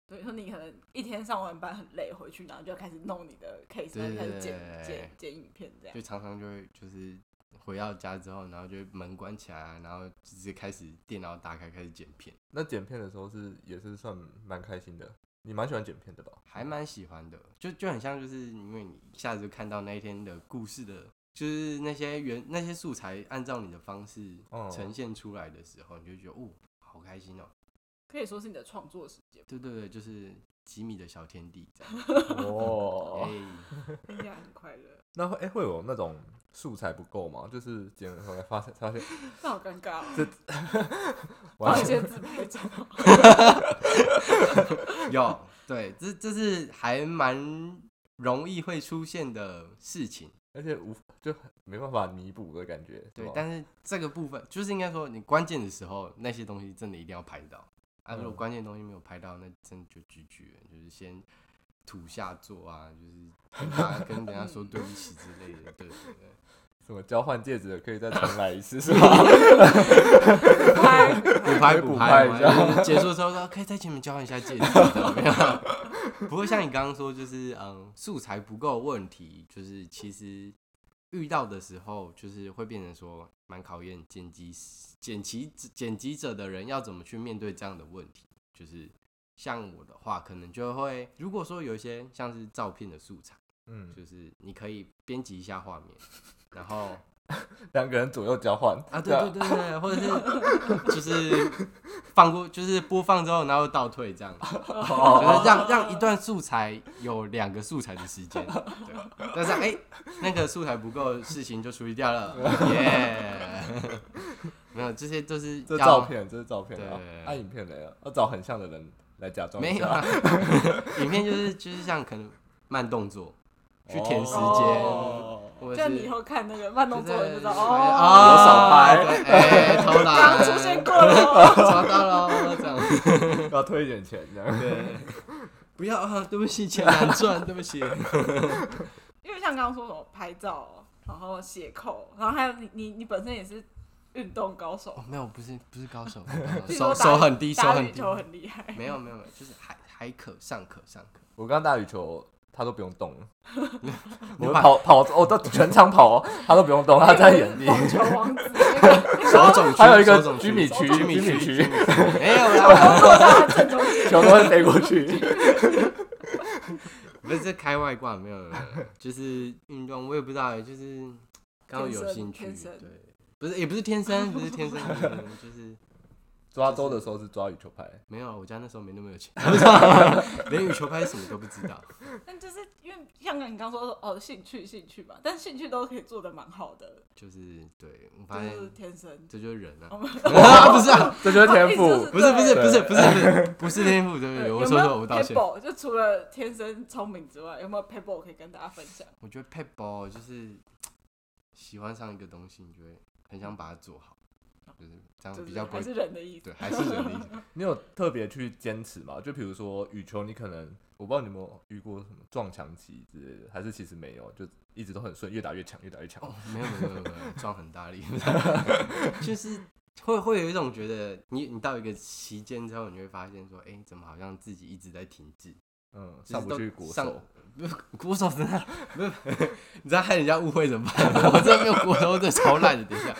Speaker 2: 所以说你可能一天上完班很累，回去然后就开始弄你的 case，然后
Speaker 3: 对
Speaker 2: 开始
Speaker 3: 对
Speaker 2: 剪
Speaker 3: 对
Speaker 2: 剪剪影片这样
Speaker 3: 就。常常就会就是回到家之后，然后就会门关起来啊，然后直接开始电脑打开开始剪片，
Speaker 1: 那剪片的时候是也是算蛮开心的，你蛮喜欢剪片的吧？
Speaker 3: 还蛮喜欢的，就就很像就是因为你一下子就看到那一天的故事的，就是那些原那些素材按照你的方式
Speaker 1: 哦
Speaker 3: 呈现出来的时候，你就觉得哦，好开心哦，
Speaker 2: 可以说是你的创作时间，
Speaker 3: 对对对，就是吉米的小天地这样，
Speaker 1: 哦，
Speaker 3: 哎
Speaker 2: 听起来很快乐，
Speaker 1: 那会、诶会有那种素材不够吗？就是剪了后来发现发 现
Speaker 2: 那好尴尬、哦。放
Speaker 1: 完
Speaker 2: 一
Speaker 1: 全
Speaker 2: 些自拍照，
Speaker 3: 有对，这这是还蛮容易会出现的事情。
Speaker 1: 而且无就很没办法弥补的感觉。是
Speaker 3: 对
Speaker 1: 吗，
Speaker 3: 但是这个部分就是应该说，你关键的时候那些东西真的一定要拍到啊。如果
Speaker 1: 嗯
Speaker 3: 关键的东西没有拍到，那真的就 GG 了，就是先土下做啊，就是跟大家跟人家说对不起之类的。对对对，
Speaker 1: 什么交换戒指的可 以再重来一次是吗？
Speaker 2: 嗨，
Speaker 3: 补拍
Speaker 1: 补
Speaker 3: 补
Speaker 1: 拍
Speaker 3: 拍，
Speaker 1: 一
Speaker 3: 我
Speaker 1: 下
Speaker 3: 们就是结束之后说可以再请你们交换一下戒指怎么样？ 不过像你刚刚说，就是嗯素材不够的问题，就是其实遇到的时候，就是会变成说蛮考验剪辑师剪辑剪辑者的人要怎么去面对这样的问题，就是像我的话，可能就会如果说有一些像是照片的素材，
Speaker 1: 嗯，
Speaker 3: 就是你可以编辑一下画面，然后
Speaker 1: 两个人左右交换
Speaker 3: 啊，对对对对，或者是就是放过，就是播放之后然后倒退这样，
Speaker 1: 哦
Speaker 3: 就是让让一段素材有两个素材的时间，对，但是哎、那个素材不够，事情就处理掉了，耶、没有，这些都是
Speaker 1: 这
Speaker 3: 要
Speaker 1: 照片，这是照片
Speaker 3: 对
Speaker 1: 啊
Speaker 3: 对对，
Speaker 1: 按影片没了，要找很像的人来假装一下。
Speaker 3: 没 有啊， 影片就是就是像可能慢动作去填时间，
Speaker 1: 哦
Speaker 3: 或者
Speaker 2: 像
Speaker 3: 是
Speaker 2: 你以后看那个慢动作的就知道
Speaker 3: 对
Speaker 2: 哦，
Speaker 1: 有手拍
Speaker 3: 啊对哎，偷
Speaker 2: 刚
Speaker 3: 懒，
Speaker 2: 刚出现过了，
Speaker 3: 抓到喽，这样
Speaker 1: 要推一点钱这样。
Speaker 3: 对，不要啊，对不起，钱难赚，对不起，哦
Speaker 2: 因为像刚刚说什么拍照，然后斜扣，然后还有你你你本身也是运动高手
Speaker 3: 哦，，没有，不是不 是高手，
Speaker 2: 比如
Speaker 3: 手
Speaker 2: 说打
Speaker 3: 手很低，手
Speaker 2: 打
Speaker 3: 很
Speaker 2: 羽
Speaker 3: 低，
Speaker 2: 球很厉 害，
Speaker 3: 没有没有没有，就是还还可尚可尚可，
Speaker 1: 我刚刚打羽球，他都不用动 了，
Speaker 3: 你
Speaker 1: 我
Speaker 3: 把
Speaker 1: 跑跑，我到全场跑哦，他都不用动，他在原 地。
Speaker 2: 网球王子那个
Speaker 3: 手肿区，
Speaker 1: 还有一
Speaker 3: 手
Speaker 1: 个
Speaker 3: 肿
Speaker 1: 居米区，
Speaker 3: 手
Speaker 1: 居
Speaker 3: 肿
Speaker 1: 米
Speaker 3: 区，
Speaker 1: 区，
Speaker 3: 没有啦，
Speaker 2: 正中间，
Speaker 1: 球都会飞过去。
Speaker 3: 不是开外挂，没有没有，没有就是运动，我也不知道，就是刚好有兴趣，
Speaker 2: 天生天生
Speaker 3: 对，不是也不是天生，不是天 生，就是。
Speaker 1: 抓周的时候是抓羽球拍，
Speaker 3: 没有，我家那时候没那么有钱， 连羽球拍是什么都不知道。
Speaker 2: 但就是因为像你刚说哦兴趣兴趣嘛，但兴趣都可以做的蛮好的，
Speaker 3: 就是对我发现
Speaker 2: 就是天生。
Speaker 3: 这就是人啊，
Speaker 2: 哦
Speaker 3: 不是啊，
Speaker 1: 这就是天
Speaker 2: 一直
Speaker 1: 赋
Speaker 2: 就。
Speaker 3: 不是不是
Speaker 1: 对
Speaker 3: 不是不是不是不是天赋，对不
Speaker 2: 对
Speaker 3: 对？
Speaker 2: 有
Speaker 3: 我
Speaker 2: 没
Speaker 3: 说说我
Speaker 2: 有
Speaker 3: 道歉。
Speaker 2: pebble？就除了天生聪明之外，有没有 pebble 可以跟大家分享？
Speaker 3: 我觉得 p e b b l 就是喜欢上一个东西，你就会很想把它做好，就是这
Speaker 2: 就
Speaker 3: 样
Speaker 2: 是
Speaker 3: 啊比较不
Speaker 2: 还
Speaker 3: 会
Speaker 2: 是人的意思。
Speaker 3: 对，还是 人的意思。
Speaker 1: 你有特别去坚持吗？就比如说羽球，你可能我不知道你有没有遇过什么撞墙期之类的，还是其实没有，就一直都很顺，越打越强，越打越强。
Speaker 3: 哦，没有没有没有没有，撞很大力， 就是会会有一种觉得你你到一个期间之后，你会发现说，哎、怎么好像自己一直在停滞。
Speaker 1: 嗯，
Speaker 3: 就是
Speaker 1: 上不
Speaker 3: 都
Speaker 1: 去国
Speaker 3: 上
Speaker 1: 手。
Speaker 3: 国手真的，不是，你知道害人家误会怎么办？ 我真的没有国手，这超烂的。等一下，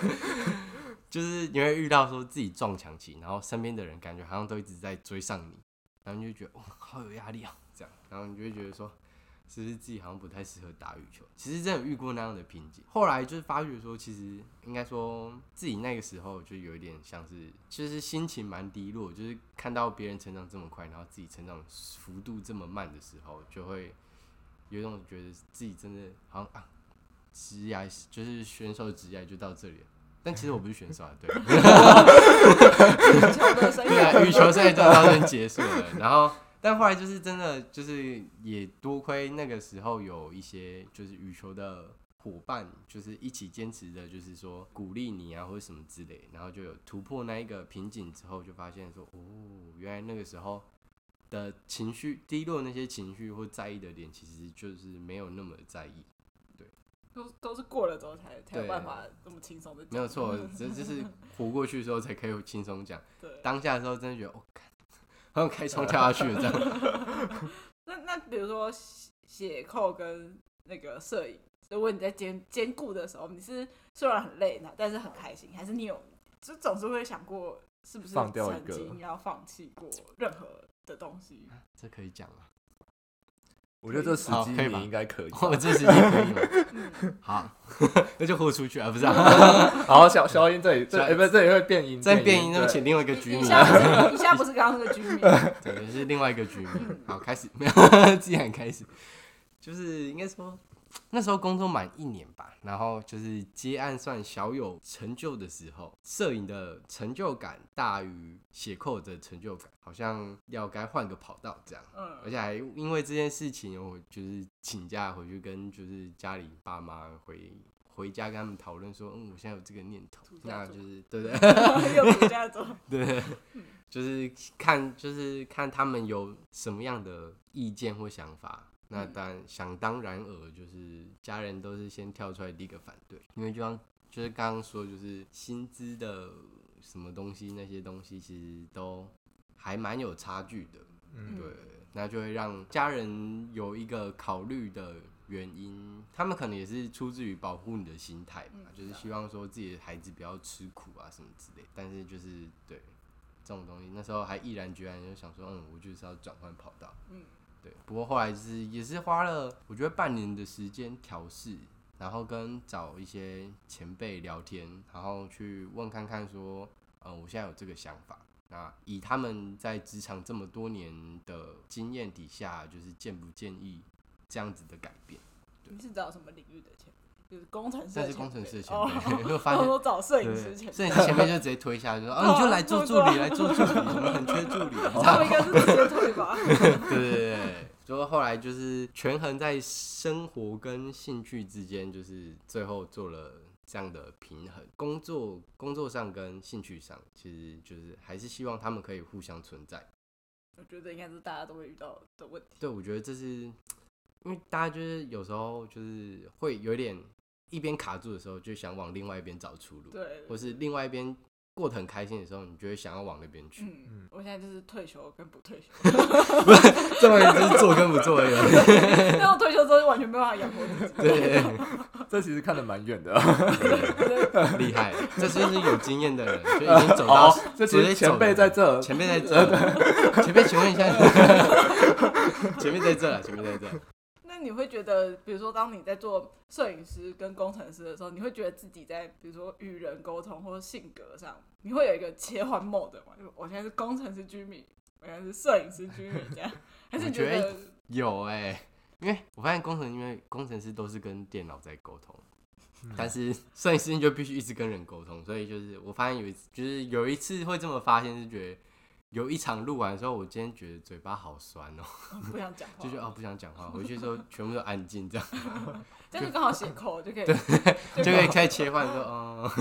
Speaker 3: 就是你会遇到说自己撞墙期，然后身边的人感觉好像都一直在追上你，然后你就觉得哇，好有压力啊，这样，然后你就会觉得说，是不是自己好像不太适合打羽球？其实真的有遇过那样的瓶颈，后来就是发觉说，其实应该说自己那个时候就有一点像是，就是心情蛮低落，就是看到别人成长这么快，然后自己成长幅度这么慢的时候，就会有一种觉得自己真的好像啊，职业就是选手职业就到这里了。但其实我不是选手啊，对，
Speaker 2: 羽球的生
Speaker 3: 对啊，
Speaker 2: 涯，
Speaker 3: 羽球赛就到这结束了。然后，但后来就是真的，就是也多亏那个时候有一些就是羽球的伙伴，就是一起坚持的，就是说鼓励你啊，或者什么之类。然后就有突破那一个瓶颈之后，就发现说，哦，原来那个时候的情绪低落，那些情绪或在意的点，其实就是没有那么在意。
Speaker 2: 都都是过了之后才才有
Speaker 3: 对
Speaker 2: 办法这么轻松的。
Speaker 3: 没有错， 这就是活过去之后才可以轻松讲。
Speaker 2: 对。
Speaker 3: 当下的时候真的觉得，哦，看， 好像开窗跳下去了这样。
Speaker 2: 那那比如说写写扣跟那个摄影，如果你在兼兼顾的时候，你是虽然很累，那但是很开心，还是你有就总是会想过是不是
Speaker 1: 放掉一
Speaker 2: 曾
Speaker 1: 个
Speaker 2: 经要放弃过任何的东 西？
Speaker 3: 这可以讲吗？
Speaker 1: 我觉得这时
Speaker 3: 好
Speaker 1: 机
Speaker 3: 可以吧
Speaker 1: 你应该 可以吧。
Speaker 3: 我这时间可以吗？
Speaker 2: 嗯，
Speaker 3: 好， 那就豁出去啊，不是、啊？
Speaker 1: 然后消消音这里，这
Speaker 3: 消
Speaker 1: 哎不是这里会变音，
Speaker 3: 再变音，那
Speaker 1: 对
Speaker 3: 么请另外一个啊居
Speaker 2: 你
Speaker 3: 民
Speaker 2: 现，在 不是你现在不是刚刚那个居民，
Speaker 3: 对，是另外一个居民
Speaker 2: 嗯。
Speaker 3: 好，开始，没 有，自然开始，就是应该说。那时候工作满一年吧，然后就是接案算小有成就的时候，摄影的成就感大于写扣的成就感，好像要该换个跑道这样。而
Speaker 2: 嗯，
Speaker 3: 且还因为这件事情，我就是请假回去跟就是家里爸妈回回家跟他们讨论说，嗯，我现在有这个念头
Speaker 2: 暑，假
Speaker 3: 那
Speaker 2: 做
Speaker 3: 就是对不对？
Speaker 2: 又回家走，
Speaker 3: 对，就是看就是看他们有什么样的意见或想法。那
Speaker 2: 嗯
Speaker 3: 当然想当然尔，就是家人都是先跳出来第一个反对，因为就像就是刚刚说，就是薪资的什么东西那些东西，其实都还蛮有差距的。
Speaker 1: 嗯
Speaker 3: 对，那就会让家人有一个考虑的原因，他们可能也是出自于保护你的心态吧，
Speaker 2: 嗯
Speaker 3: 啊就是希望说自己的孩子不要吃苦啊什么之类。但是就是对，这种东西，那时候还毅然决然就想说，嗯，我就是要转换跑道。
Speaker 2: 嗯，
Speaker 3: 对，不过后来就是也是花了我觉得半年的时间调试，然后跟找一些前辈聊天，然后去问看看说，呃，我现在有这个想法。那以他们在职场这么多年的经验底下，就是建不建议这样子的改变？对
Speaker 2: 你是找什么领域的前辈？就是工程师的前
Speaker 3: 但
Speaker 2: 辈，
Speaker 3: 是工程师的前
Speaker 2: 哦
Speaker 3: 辈，就发
Speaker 2: 然后
Speaker 3: 现
Speaker 2: 说找摄影
Speaker 3: 对，
Speaker 2: 师前辈，
Speaker 3: 摄影师前面就直接推下，就说啊，你就来做助理，来做助理，我们很缺助 理。
Speaker 2: 他们应该是直接退吧？
Speaker 3: 对对对对，所以后来就是权衡在生活跟兴趣之间，就是最后做了这样的平衡。工作工作上跟兴趣上，其实就是还是希望他们可以互相存在。
Speaker 2: 我觉得应该是大家都会遇到的问题。
Speaker 3: 对，我觉得这是因为大家就是有时候就是会有一点一边卡住的时候，就想往另外一边找出路，
Speaker 2: 对，
Speaker 3: 或是另外一边过得很开心的时候，你就会想要往那边去。
Speaker 2: 嗯，我现在就是退休跟不退休，
Speaker 3: 这玩意就是做跟不 做而已。
Speaker 2: 但我退休之后就完全没办法养活自己，
Speaker 3: 对，
Speaker 1: 这其实看得蛮远的，
Speaker 3: 厉害，哦这就是有经验的 人，就已经走到、
Speaker 1: 这其实前辈在这，
Speaker 3: 前辈在这，前辈，请问一 下，前辈在这了，前辈在这，
Speaker 2: 那你会觉得，比如说，当你在做摄影师跟工程师的时候，你会觉得自己在，比如说与人沟通或者性格上，你会有一个切换 mode 吗？就我现在是工程师居民，我现在是摄影师居民，这样，还是你
Speaker 3: 我觉
Speaker 2: 得
Speaker 3: 得有哎、因为我发现工程，因为工程师都是跟电脑在沟通。但是摄影师你就必须一直跟人沟通，所以就是我发现有一次，就是有一次会这么发现，是觉得有一场录完之后，我今天觉得嘴巴好酸哦、
Speaker 2: 不想讲话
Speaker 3: 就？觉得哦不想讲话，回去之后全部都安静这样。
Speaker 2: 这样就刚好写扣就可以，
Speaker 3: 就可以开始切换说，哦，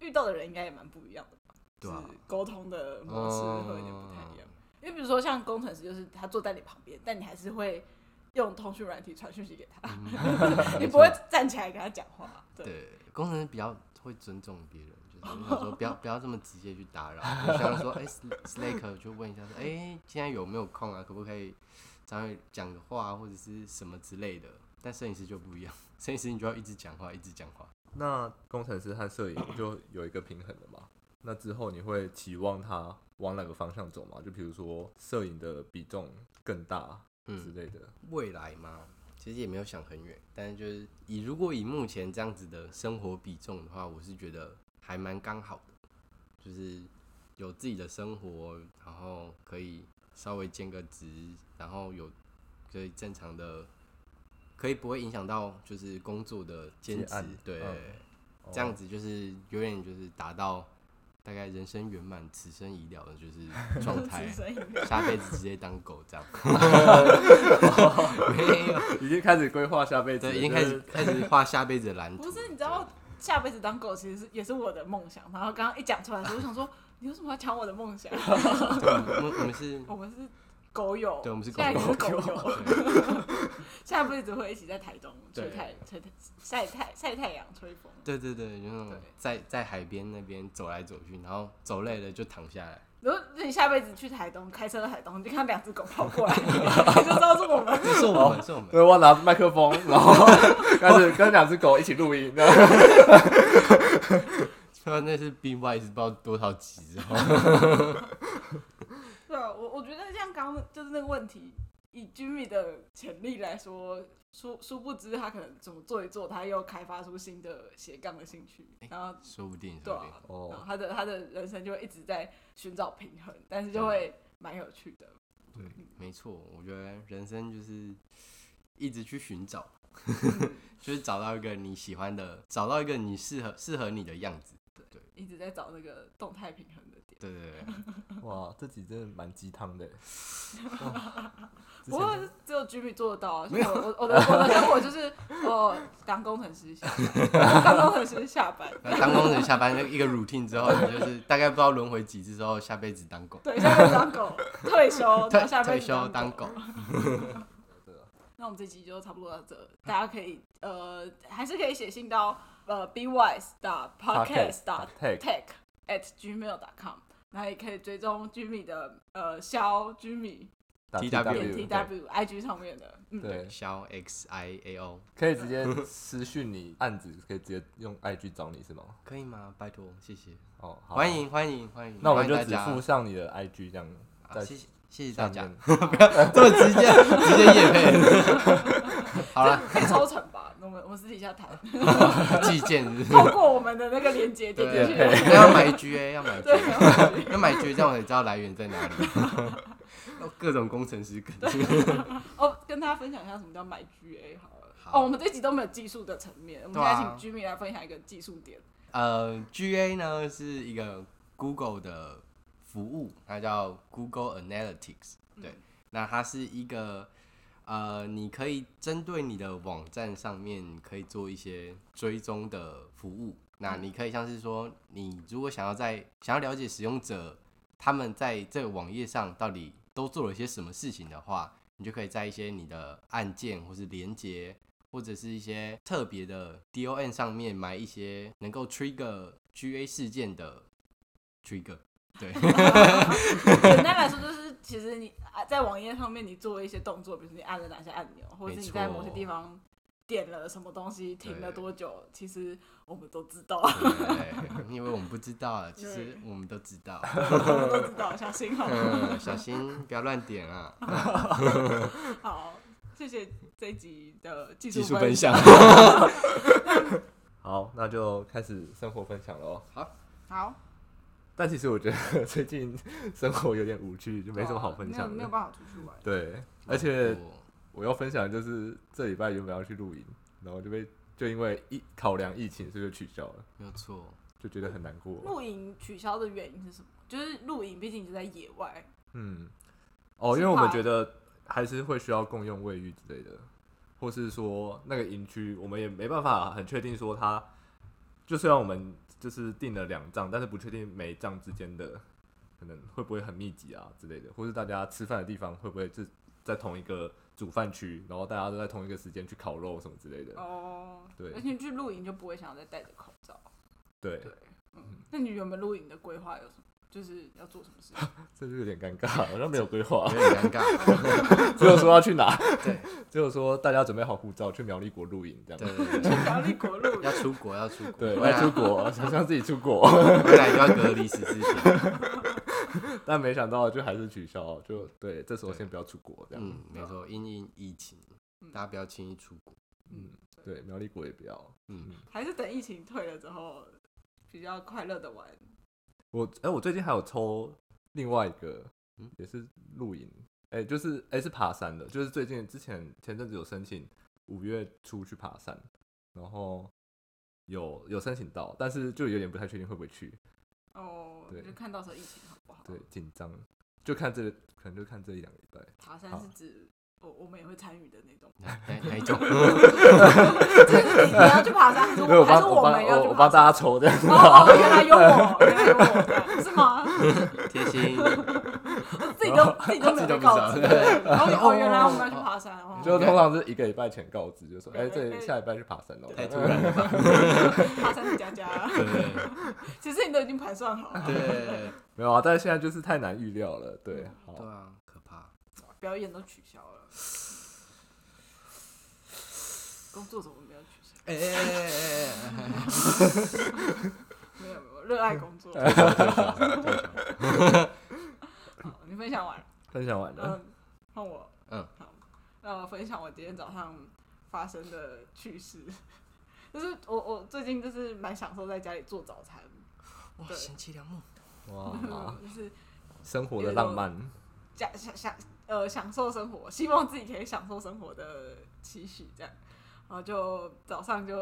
Speaker 2: 遇到的人应该也蛮不一样的吧？
Speaker 3: 对啊哦
Speaker 2: 就是沟通的模式会有点不太一样。因为比如说像工程师，就是他坐在你旁边，但你还是会用通讯软体传讯息给他， 你不会站起来跟他讲话。对，
Speaker 3: 嗯对，工程师比较会尊重别人，就是想说不要不要这么直接去打扰，就像说，哎、s l a c k 就问一下说，哎、今天有没有空啊？可不可以稍微讲个话或者是什么之类的？但摄影师就不一样，摄影师你就要一直讲话，一直讲话。
Speaker 1: 那工程师和摄影就有一个平衡了嘛？那之后你会期望他往哪个方向走吗？就比如说摄影的比重更大之
Speaker 3: 嗯，
Speaker 1: 类的。
Speaker 3: 未来嘛，其实也没有想很远，但是就是以如果以目前这样子的生活比重的话，我是觉得还蛮刚好的，就是有自己的生活，然后可以稍微兼个职，然后有可以正常的，可以不会影响到就是工作的兼
Speaker 1: 接
Speaker 3: 职
Speaker 1: 案，
Speaker 3: 对，
Speaker 1: 嗯
Speaker 3: 这样
Speaker 1: 子，
Speaker 3: 子就是有点就是达到大概人生圆满、此生已了的就是状态
Speaker 2: 是，声音。
Speaker 3: 下辈子直接当狗这样， 没有。
Speaker 1: 已经开始规划下辈子了，
Speaker 3: 对，已经开始
Speaker 1: 哦就是
Speaker 3: 开始画下辈子的蓝图。
Speaker 2: 不是，你知道下辈子当狗其实是也是我的梦想。然后刚刚一讲出来的时候，我想说你为什么要抢我的梦 想？
Speaker 3: 对？对我们我们 是，
Speaker 2: 我们是狗友，
Speaker 3: 对，我们是狗
Speaker 2: 下一
Speaker 3: 狗
Speaker 2: 次狗友，
Speaker 3: 对
Speaker 2: 下辈子会一起在台东吹
Speaker 3: 对
Speaker 2: 太吹太晒太晒太阳吹风。
Speaker 3: 对对对，就那种
Speaker 2: 对
Speaker 3: 在在海边那边走来走去，然后走累了就躺 下来，
Speaker 1: 哦
Speaker 2: 如果你下辈子去台东，开车到台东，你就看到两只狗跑过来，你就知道是我们。
Speaker 3: 这是我们，是我们。
Speaker 1: 对，我要拿麦克风，然后 开始跟两只狗一起录音。那
Speaker 3: 说那是 B Y 是不知道多少集之 后，
Speaker 2: 对啊，我我觉得像刚刚就是那个问题，以 Jimmy 的潜力来说，殊殊不知他可能怎么做一做，他又开发出新的斜杠的兴趣，然后
Speaker 3: 说不定，
Speaker 2: 对
Speaker 3: 说不定
Speaker 2: 啊。
Speaker 1: 哦
Speaker 2: 然后，他的他的人生就会一直在寻找平衡，但是就会嗯蛮有趣的。
Speaker 3: 没错，我觉得人生就是一直去寻 找，就是找到一个你喜欢的，找到一个你适合适合你的样子。
Speaker 2: 一直在找那个动态平衡的点。
Speaker 3: 对对对，
Speaker 1: 哇，这集真的蛮鸡汤的。
Speaker 2: 不过只有 Jimmy 做得到啊！像我我我的我的跟我就是我当工程师下班，当工程师下班，
Speaker 3: 那当工人下班一个 routine 之后，你就是大概不知道轮回几次之后，下辈子当 狗。
Speaker 2: 对，下辈子当 狗，退休，然
Speaker 3: 退
Speaker 2: 后下辈
Speaker 3: 退
Speaker 2: 子
Speaker 3: 休
Speaker 2: 当
Speaker 3: 当狗，
Speaker 2: 那我们这集就差不多到这，大家可以呃还是可以写信到呃 b wise 打 podcast 打
Speaker 1: take
Speaker 2: tech at gmail dot com，然后也可以追踪 Jimmy 的呃肖 Jimmy
Speaker 1: 打
Speaker 3: TW
Speaker 2: 点
Speaker 3: W，
Speaker 2: T W I G 上面的，嗯，
Speaker 1: 对，
Speaker 3: 小 X I A O
Speaker 1: 可以直接私讯你案子，可以直接用 IG 找你是吗？
Speaker 3: 可以吗？拜托，谢谢，
Speaker 1: 哦，好
Speaker 3: 欢。迎欢迎欢迎，
Speaker 1: 那我们
Speaker 3: 欢
Speaker 1: 就
Speaker 3: 迎大
Speaker 1: 只
Speaker 3: 家
Speaker 1: 附上你的 IG 这样，
Speaker 3: 啊
Speaker 1: 在
Speaker 3: 谢谢谢谢大
Speaker 1: 下
Speaker 3: 家
Speaker 1: 面，
Speaker 3: 这么直接 直接夜配，好了，
Speaker 2: 可以抽成吧？我们我们私底下 谈，
Speaker 3: 寄件是不是
Speaker 2: 透过我们的那个连接点进
Speaker 3: 对，
Speaker 2: 去，
Speaker 3: 那要买 GA 要买 GA。
Speaker 2: 对，
Speaker 3: 要买绝症，我才知道来源在哪 里。各种工程师梗，
Speaker 2: 哦，跟大家分享一下什么叫买 GA 好了。
Speaker 3: 好
Speaker 2: 哦，我们这集都没有技术的层面，我们现
Speaker 3: 对
Speaker 2: 在
Speaker 3: 啊
Speaker 2: 请居民来分享一个技术点。
Speaker 3: 呃，GA 呢是一个 Google 的服务，它叫 Google Analytics。对，那它是一个呃，你可以针对你的网站上面可以做一些追踪的服务。那你可以像是说，你如果想要在想要了解使用者他们在这个网页上到底都做了些什么事情的话，你就可以在一些你的按键或是连接或者是一些特别的 DON 上面埋一些能够 trigger GA 事件的 trigger。对，
Speaker 2: 简单来说，就是其实你啊在网页上面你做了一些动作，比如说你按了哪些按钮，或者是你在某些地方点了什么东西，停了多久，其实我们都知 道，
Speaker 3: 对你以为我们不知道啊？其实我们都知道。
Speaker 2: 我们都知道，小心哦。
Speaker 3: 嗯，小心不要乱点啊！
Speaker 2: 好，谢谢这一集的技
Speaker 3: 技
Speaker 2: 术
Speaker 3: 术分享。
Speaker 1: 好，那就开始生活分享喽。
Speaker 2: 好，
Speaker 1: 但其实我觉得 最近生活有点无趣， 就没什么好分
Speaker 2: 没
Speaker 3: 哦
Speaker 1: 享
Speaker 2: 有没有
Speaker 1: 的。
Speaker 2: 办法出去玩。
Speaker 1: 对，而且
Speaker 3: 我
Speaker 1: 我要分享的就是这礼拜原本要去露营，然后就被就因为疫考量疫情，所以就取消了，
Speaker 3: 没有错，
Speaker 1: 就觉得很难过。
Speaker 2: 露营取消的原因是什么？就是露营毕竟就在野外，
Speaker 1: 嗯，哦，
Speaker 2: 是
Speaker 1: 因为我们
Speaker 2: 怕
Speaker 1: 觉得还是会需要共用卫浴之类的，或是说那个营区我们也没办法很确定说它，就虽然我们就是订了两帐，但是不确定每一帐之间的可能会不会很密集啊之类的，或是大家吃饭的地方会不会是在同一个煮饭区，然后大家都在同一个时间去烤肉什么之类的。
Speaker 2: 哦，
Speaker 1: 对
Speaker 2: 而且去露营就不会想要再戴着口罩。
Speaker 1: 对，
Speaker 2: 对，嗯，那你原本露营的规划有什么？就是要做 什么事情？
Speaker 1: 这就有点尴尬，好像没有规划
Speaker 3: 有， 点尴尬。
Speaker 1: 只有说要去哪，
Speaker 3: 对，
Speaker 1: 只有说大家准备好护照去苗栗国露营这样。
Speaker 3: 对对对，
Speaker 2: 苗栗国露
Speaker 3: 要
Speaker 2: 营，
Speaker 3: 出国，要出国，
Speaker 1: 对，
Speaker 3: 不
Speaker 1: 要
Speaker 3: 然
Speaker 1: 出 国，想象自己出国。
Speaker 3: 回来就要隔离十四天。
Speaker 1: 但没想到就还是取消，就对，这时候
Speaker 3: 对
Speaker 1: 先不要出国这样。
Speaker 3: 嗯，没错，因应疫情，
Speaker 2: 嗯
Speaker 3: 大家不要轻易出国。
Speaker 1: 嗯，对，苗栗国也不要。
Speaker 3: 嗯，
Speaker 2: 还是等疫情退了之后比较快乐的玩。
Speaker 1: 我哎、我最近还有抽另外一个
Speaker 3: 嗯，
Speaker 1: 也是露营，哎、就是哎、是爬山的，就是最近之前前阵子有申请五月初去爬山，然后有有申请到，但是就有点不太确定会不会去，
Speaker 2: 哦，
Speaker 1: 对
Speaker 2: 就看到时候疫情好不好？
Speaker 1: 对，紧张，就看这可能就看这一两个礼拜。
Speaker 2: 爬山是指我我们也会参与的那种，
Speaker 3: 哪哪哪一 种？
Speaker 2: 就是你你要去爬山，还是
Speaker 1: 所以我
Speaker 2: 我还
Speaker 1: 帮
Speaker 2: 是
Speaker 1: 我帮
Speaker 2: 们要
Speaker 1: 我
Speaker 2: 去
Speaker 1: 我帮
Speaker 2: 爬山？
Speaker 1: 大家抽这样，
Speaker 2: 哦哦，原来有我，原来有我这样，是吗？
Speaker 3: 贴心。
Speaker 2: 自己都自己都没有被告知，
Speaker 3: 自己都不知道
Speaker 2: 对哦哦，原来我们要去爬山哦，
Speaker 1: 就通常是一个礼拜前告知，就说哎、
Speaker 2: 对
Speaker 1: 这
Speaker 2: 哎
Speaker 1: 下礼拜去爬山哦。
Speaker 3: 太突然了吧？
Speaker 2: 爬山的佳佳，
Speaker 3: 对对
Speaker 2: 其实你都已经盘算好了，
Speaker 3: 对
Speaker 1: 没有啊，但是现在就是太难预料了。对，
Speaker 2: 嗯
Speaker 3: 对
Speaker 1: 好，
Speaker 3: 啊，可怕。
Speaker 2: 表演都取消了，工作怎么没有取消？
Speaker 3: 哎哎哎哎哎！
Speaker 2: 没有没有，热爱工作。好，你分享完了，
Speaker 1: 分享完了。
Speaker 2: 嗯，换我，
Speaker 3: 嗯，
Speaker 2: 好，那我分享我今天早上发生的趣事， 就是我我最近就是蛮享受在家里做早餐，
Speaker 3: 哇，
Speaker 2: 对
Speaker 3: 贤妻良母，
Speaker 1: 哇，
Speaker 2: 嗯就是
Speaker 1: 生活的浪漫，
Speaker 2: 享享享呃享受生活，希望自己可以享受生活的期许这样。然后就早上就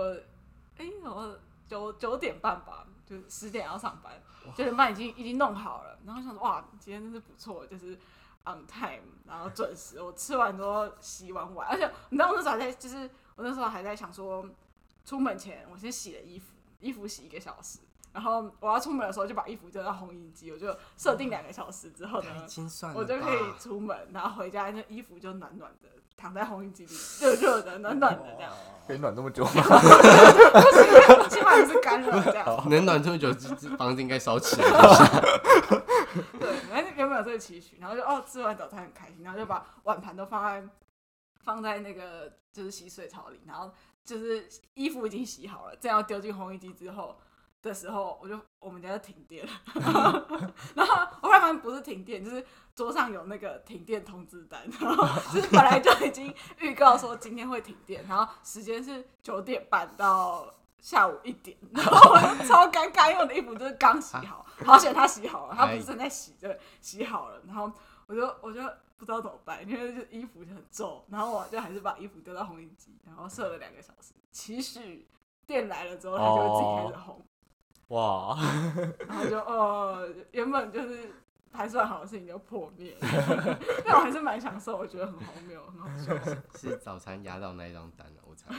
Speaker 2: 哎、然后九九点半吧，就十点要上班，九点半已经已经弄好了。然后想说哇，今天真是不错，就是 on time，然后准时。我吃完之后洗完碗，而且你知道我那时候还在，就是我那时候还在想说，出门前我先洗了衣服，衣服洗一个小时。然后我要出门的时候就把衣服丢到烘衣机，我就设定两个小时之后
Speaker 3: 太
Speaker 2: 呢，
Speaker 3: 精算了
Speaker 2: 我
Speaker 3: 吧
Speaker 2: 就可以出门，然后回家那衣服就暖暖的，躺在烘衣机里，热热的、暖暖的这样。
Speaker 1: 可以暖那么 久吗？
Speaker 3: 哦
Speaker 2: 起码是 干热这样。
Speaker 3: 能暖这么久，这这房子应该烧起来了。
Speaker 2: 对，反正原本有这个期许，然后就哦吃完早餐很开心，然后就把碗盘都放在放在那个就是洗水槽里，然后就是衣服已经洗好了，正要丢进烘衣机之后的时候，我就我们家就停电了， 然后我后来发现不是停电，就是桌上有那个停电通知单，然后就是本来就已经预告说今天会停电，然后时间是九点半到下午一点，然后我就超尴尬，因为我的衣服就是刚洗好，好险他洗好了，他不是正在洗，对，洗好了，然后我就我就不知道怎么办，因为就衣服就很皱，然后我就还是把衣服丢到烘衣机，然后设了两个小时，期许电来了之后它就会自己开
Speaker 3: 哦
Speaker 2: 始烘。
Speaker 1: 哇，
Speaker 2: 然后就哦，原本就是还算好的事情就破灭了， 但我还是蛮享受，我觉得很荒谬，很好笑，
Speaker 3: 是早餐压到那一张单了，啊我猜。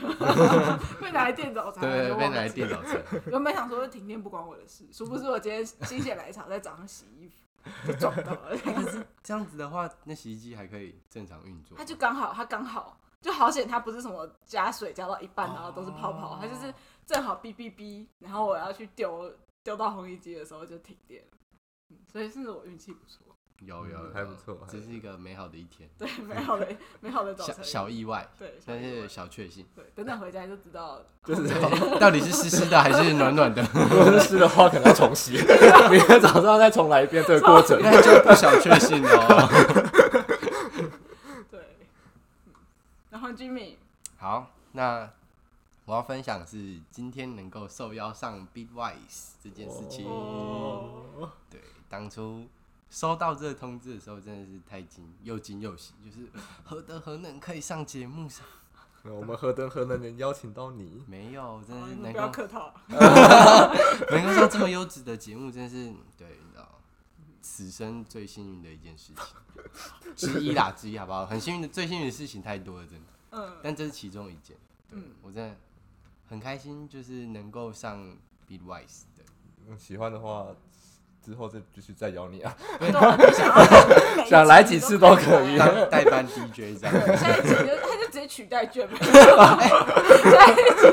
Speaker 2: 被拿来垫早餐，啊我
Speaker 3: 对，
Speaker 2: 就
Speaker 3: 被
Speaker 2: 忘
Speaker 3: 拿来
Speaker 2: 记
Speaker 3: 垫早餐。
Speaker 2: 原本想说停电不关我的事，殊不知我今天心血来潮在早上洗衣服就撞到了，
Speaker 3: 这样子的话，那洗衣机还可以正常运作吗。
Speaker 2: 他就刚好，他刚好就好险，他不是什么加水加到一半然后都是泡泡，
Speaker 3: 哦
Speaker 2: 他就是正好哔哔哔，然后我要去丢丢到烘衣机的时候就停电了，嗯所以是我运气不错。
Speaker 3: 有有有
Speaker 1: 嗯还不错还
Speaker 3: 这
Speaker 1: 不
Speaker 3: 是一个美好的一天，
Speaker 2: 对，美好的美好的早
Speaker 3: 小
Speaker 2: 晨，
Speaker 3: 小意外，
Speaker 2: 对，小
Speaker 3: 但
Speaker 2: 意外
Speaker 3: 是小确幸。
Speaker 2: 对，等等回家就知道。
Speaker 1: 就是这样。
Speaker 3: 对 到底是湿湿的还是暖暖的？
Speaker 1: 如果是湿的话，可能要重洗， 明天早上再重来一遍这个过程。
Speaker 3: 那就不小确幸哦。
Speaker 2: 对，嗯然后 Jimmy，
Speaker 3: 好，那我要分享的是今天能够受邀上 Big Wise 这件事情。
Speaker 2: 哦
Speaker 3: 对，当初收到这个通知的时候，真的是太惊，又惊又喜，就是何德何能可以上节目上？
Speaker 1: 那我们何德何能能邀请到你？
Speaker 3: 没有，真
Speaker 2: 好
Speaker 1: 嗯
Speaker 3: 的是
Speaker 2: 你哦
Speaker 3: 能
Speaker 2: 们不要
Speaker 3: 够
Speaker 2: 客套，啊
Speaker 3: 能够上这么优质的节目，真的是对，你知道，此生最幸运的一件事情之一啦，之一好不好？很幸运的，最幸运的事情太多了，真的。
Speaker 2: 嗯，
Speaker 3: 但这是其中一件，对
Speaker 2: 嗯
Speaker 3: 我真的很开心，就是能够上 Be Wise 的。
Speaker 1: 嗯喜欢的话，之后再继续再邀 你啊。
Speaker 2: 对啊你想要 每一
Speaker 1: 想来几
Speaker 2: 集
Speaker 1: 次
Speaker 2: 都
Speaker 1: 都
Speaker 2: 可
Speaker 1: 可以
Speaker 2: 以啊。
Speaker 3: 当代班 DJ 这样，
Speaker 2: 下一集就他就直接取代卷，下一集就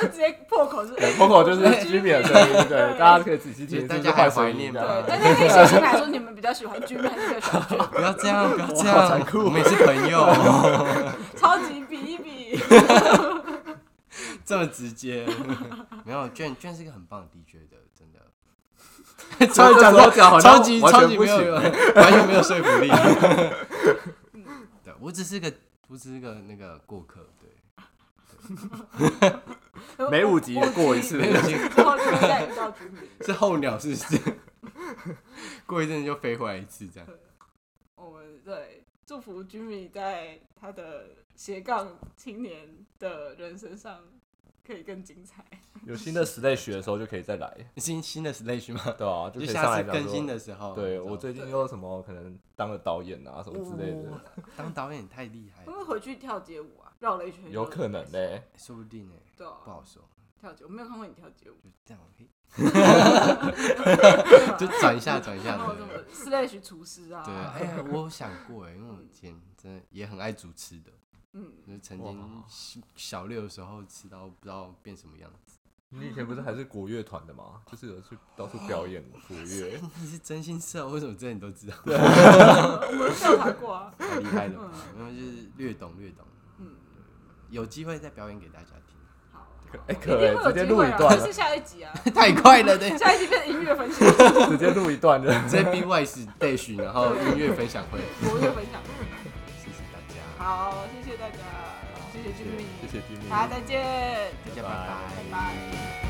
Speaker 2: 是直接破口是，
Speaker 1: 对破口就是 Jimmy 的声音，对，大家可以仔细听，
Speaker 3: 大
Speaker 1: 是不
Speaker 3: 家
Speaker 1: 是
Speaker 3: 还
Speaker 1: 换
Speaker 3: 怀
Speaker 1: 声音
Speaker 3: 念
Speaker 1: 这
Speaker 2: 对
Speaker 1: 样？，
Speaker 2: 大家可以写信来说你们比较喜欢 Jimmy 还是比较喜欢卷，
Speaker 3: 不要这样，不要这
Speaker 1: 哇好残
Speaker 3: 样，
Speaker 1: 酷
Speaker 3: 我们也是朋友，
Speaker 2: 超级比一比，
Speaker 3: 这么直接。没有，卷卷是一个很棒的 DJ 的，真 的。超级
Speaker 1: 这时候讲好像
Speaker 3: 超级
Speaker 1: 完全
Speaker 3: 超级
Speaker 1: 不
Speaker 3: 没有，
Speaker 1: 行
Speaker 3: 完全没有说服力。对我只是个，我只是个那个过客，对。
Speaker 1: 每五集过一次
Speaker 2: 五集之后就会再遇到 Jimmy。
Speaker 3: 是候鸟是不是？ 过一阵子就飞回来一次，这样
Speaker 2: 我们对祝福 Jimmy 在他的斜杠青年的人生上可以更精彩。
Speaker 1: 有新的 s l a 学的时候就可以再来，
Speaker 3: 新新的 stage 吗？
Speaker 1: 对啊，就
Speaker 3: 就
Speaker 1: 可以上
Speaker 3: 下
Speaker 1: 来
Speaker 3: 次更
Speaker 1: 讲
Speaker 3: 新
Speaker 1: 说。
Speaker 3: 的时候，
Speaker 1: 对
Speaker 3: 你知道
Speaker 1: 我最近又什么可能当了导演啊什么之类
Speaker 3: 哦
Speaker 1: 的，
Speaker 3: 当导演太厉害
Speaker 2: 会不
Speaker 3: 了，
Speaker 2: 会回去跳街舞啊？绕了一圈，
Speaker 1: 有可能呢、。
Speaker 3: 说不定呢，
Speaker 2: 对
Speaker 3: 不
Speaker 2: 啊，
Speaker 3: 好说，
Speaker 2: 跳街，我没有看过你跳街舞，
Speaker 3: 就这样，嘿 就转一下转一下
Speaker 2: 然后什哦么
Speaker 3: 的。
Speaker 2: Slash 厨师啊，
Speaker 3: 对，哎呀，我有想过哎，因为我以前真的也很爱主持的，
Speaker 2: 嗯，
Speaker 3: 就是曾经
Speaker 1: 哇
Speaker 3: 小小六的时候吃到不知道变什么样子。
Speaker 1: 你以前不是还是国乐团的吗？就是有去到处表 演哎国 乐，
Speaker 3: 你是真心社，为什么这你都知道？
Speaker 2: 我有调查过啊，
Speaker 3: 太厉害了吧，因为就是略懂略懂，
Speaker 2: 嗯，
Speaker 3: 有机会再表演给大家听。
Speaker 2: 好，
Speaker 1: 哎、
Speaker 2: 一
Speaker 1: 可
Speaker 2: 定
Speaker 1: 哎、
Speaker 2: 会
Speaker 1: 直
Speaker 2: 有
Speaker 1: 接
Speaker 2: 机
Speaker 1: 录
Speaker 2: 会
Speaker 1: 一
Speaker 2: 啊，
Speaker 1: 段
Speaker 2: 可
Speaker 1: 了
Speaker 2: 是，下一集啊，
Speaker 3: 太快了，对。
Speaker 2: 下一集变成音乐分享，
Speaker 1: 直接录一段 了。
Speaker 3: 这 B Y 是 Dash，然后音乐分享会，
Speaker 2: 国乐分享。
Speaker 3: 谢谢大家，
Speaker 2: 好，谢谢大家，谢谢
Speaker 1: 谢
Speaker 2: Jimmy，
Speaker 1: 谢 Jimmy，
Speaker 2: 大家再见，
Speaker 3: 大家
Speaker 1: 拜拜
Speaker 3: 拜拜
Speaker 2: 拜拜。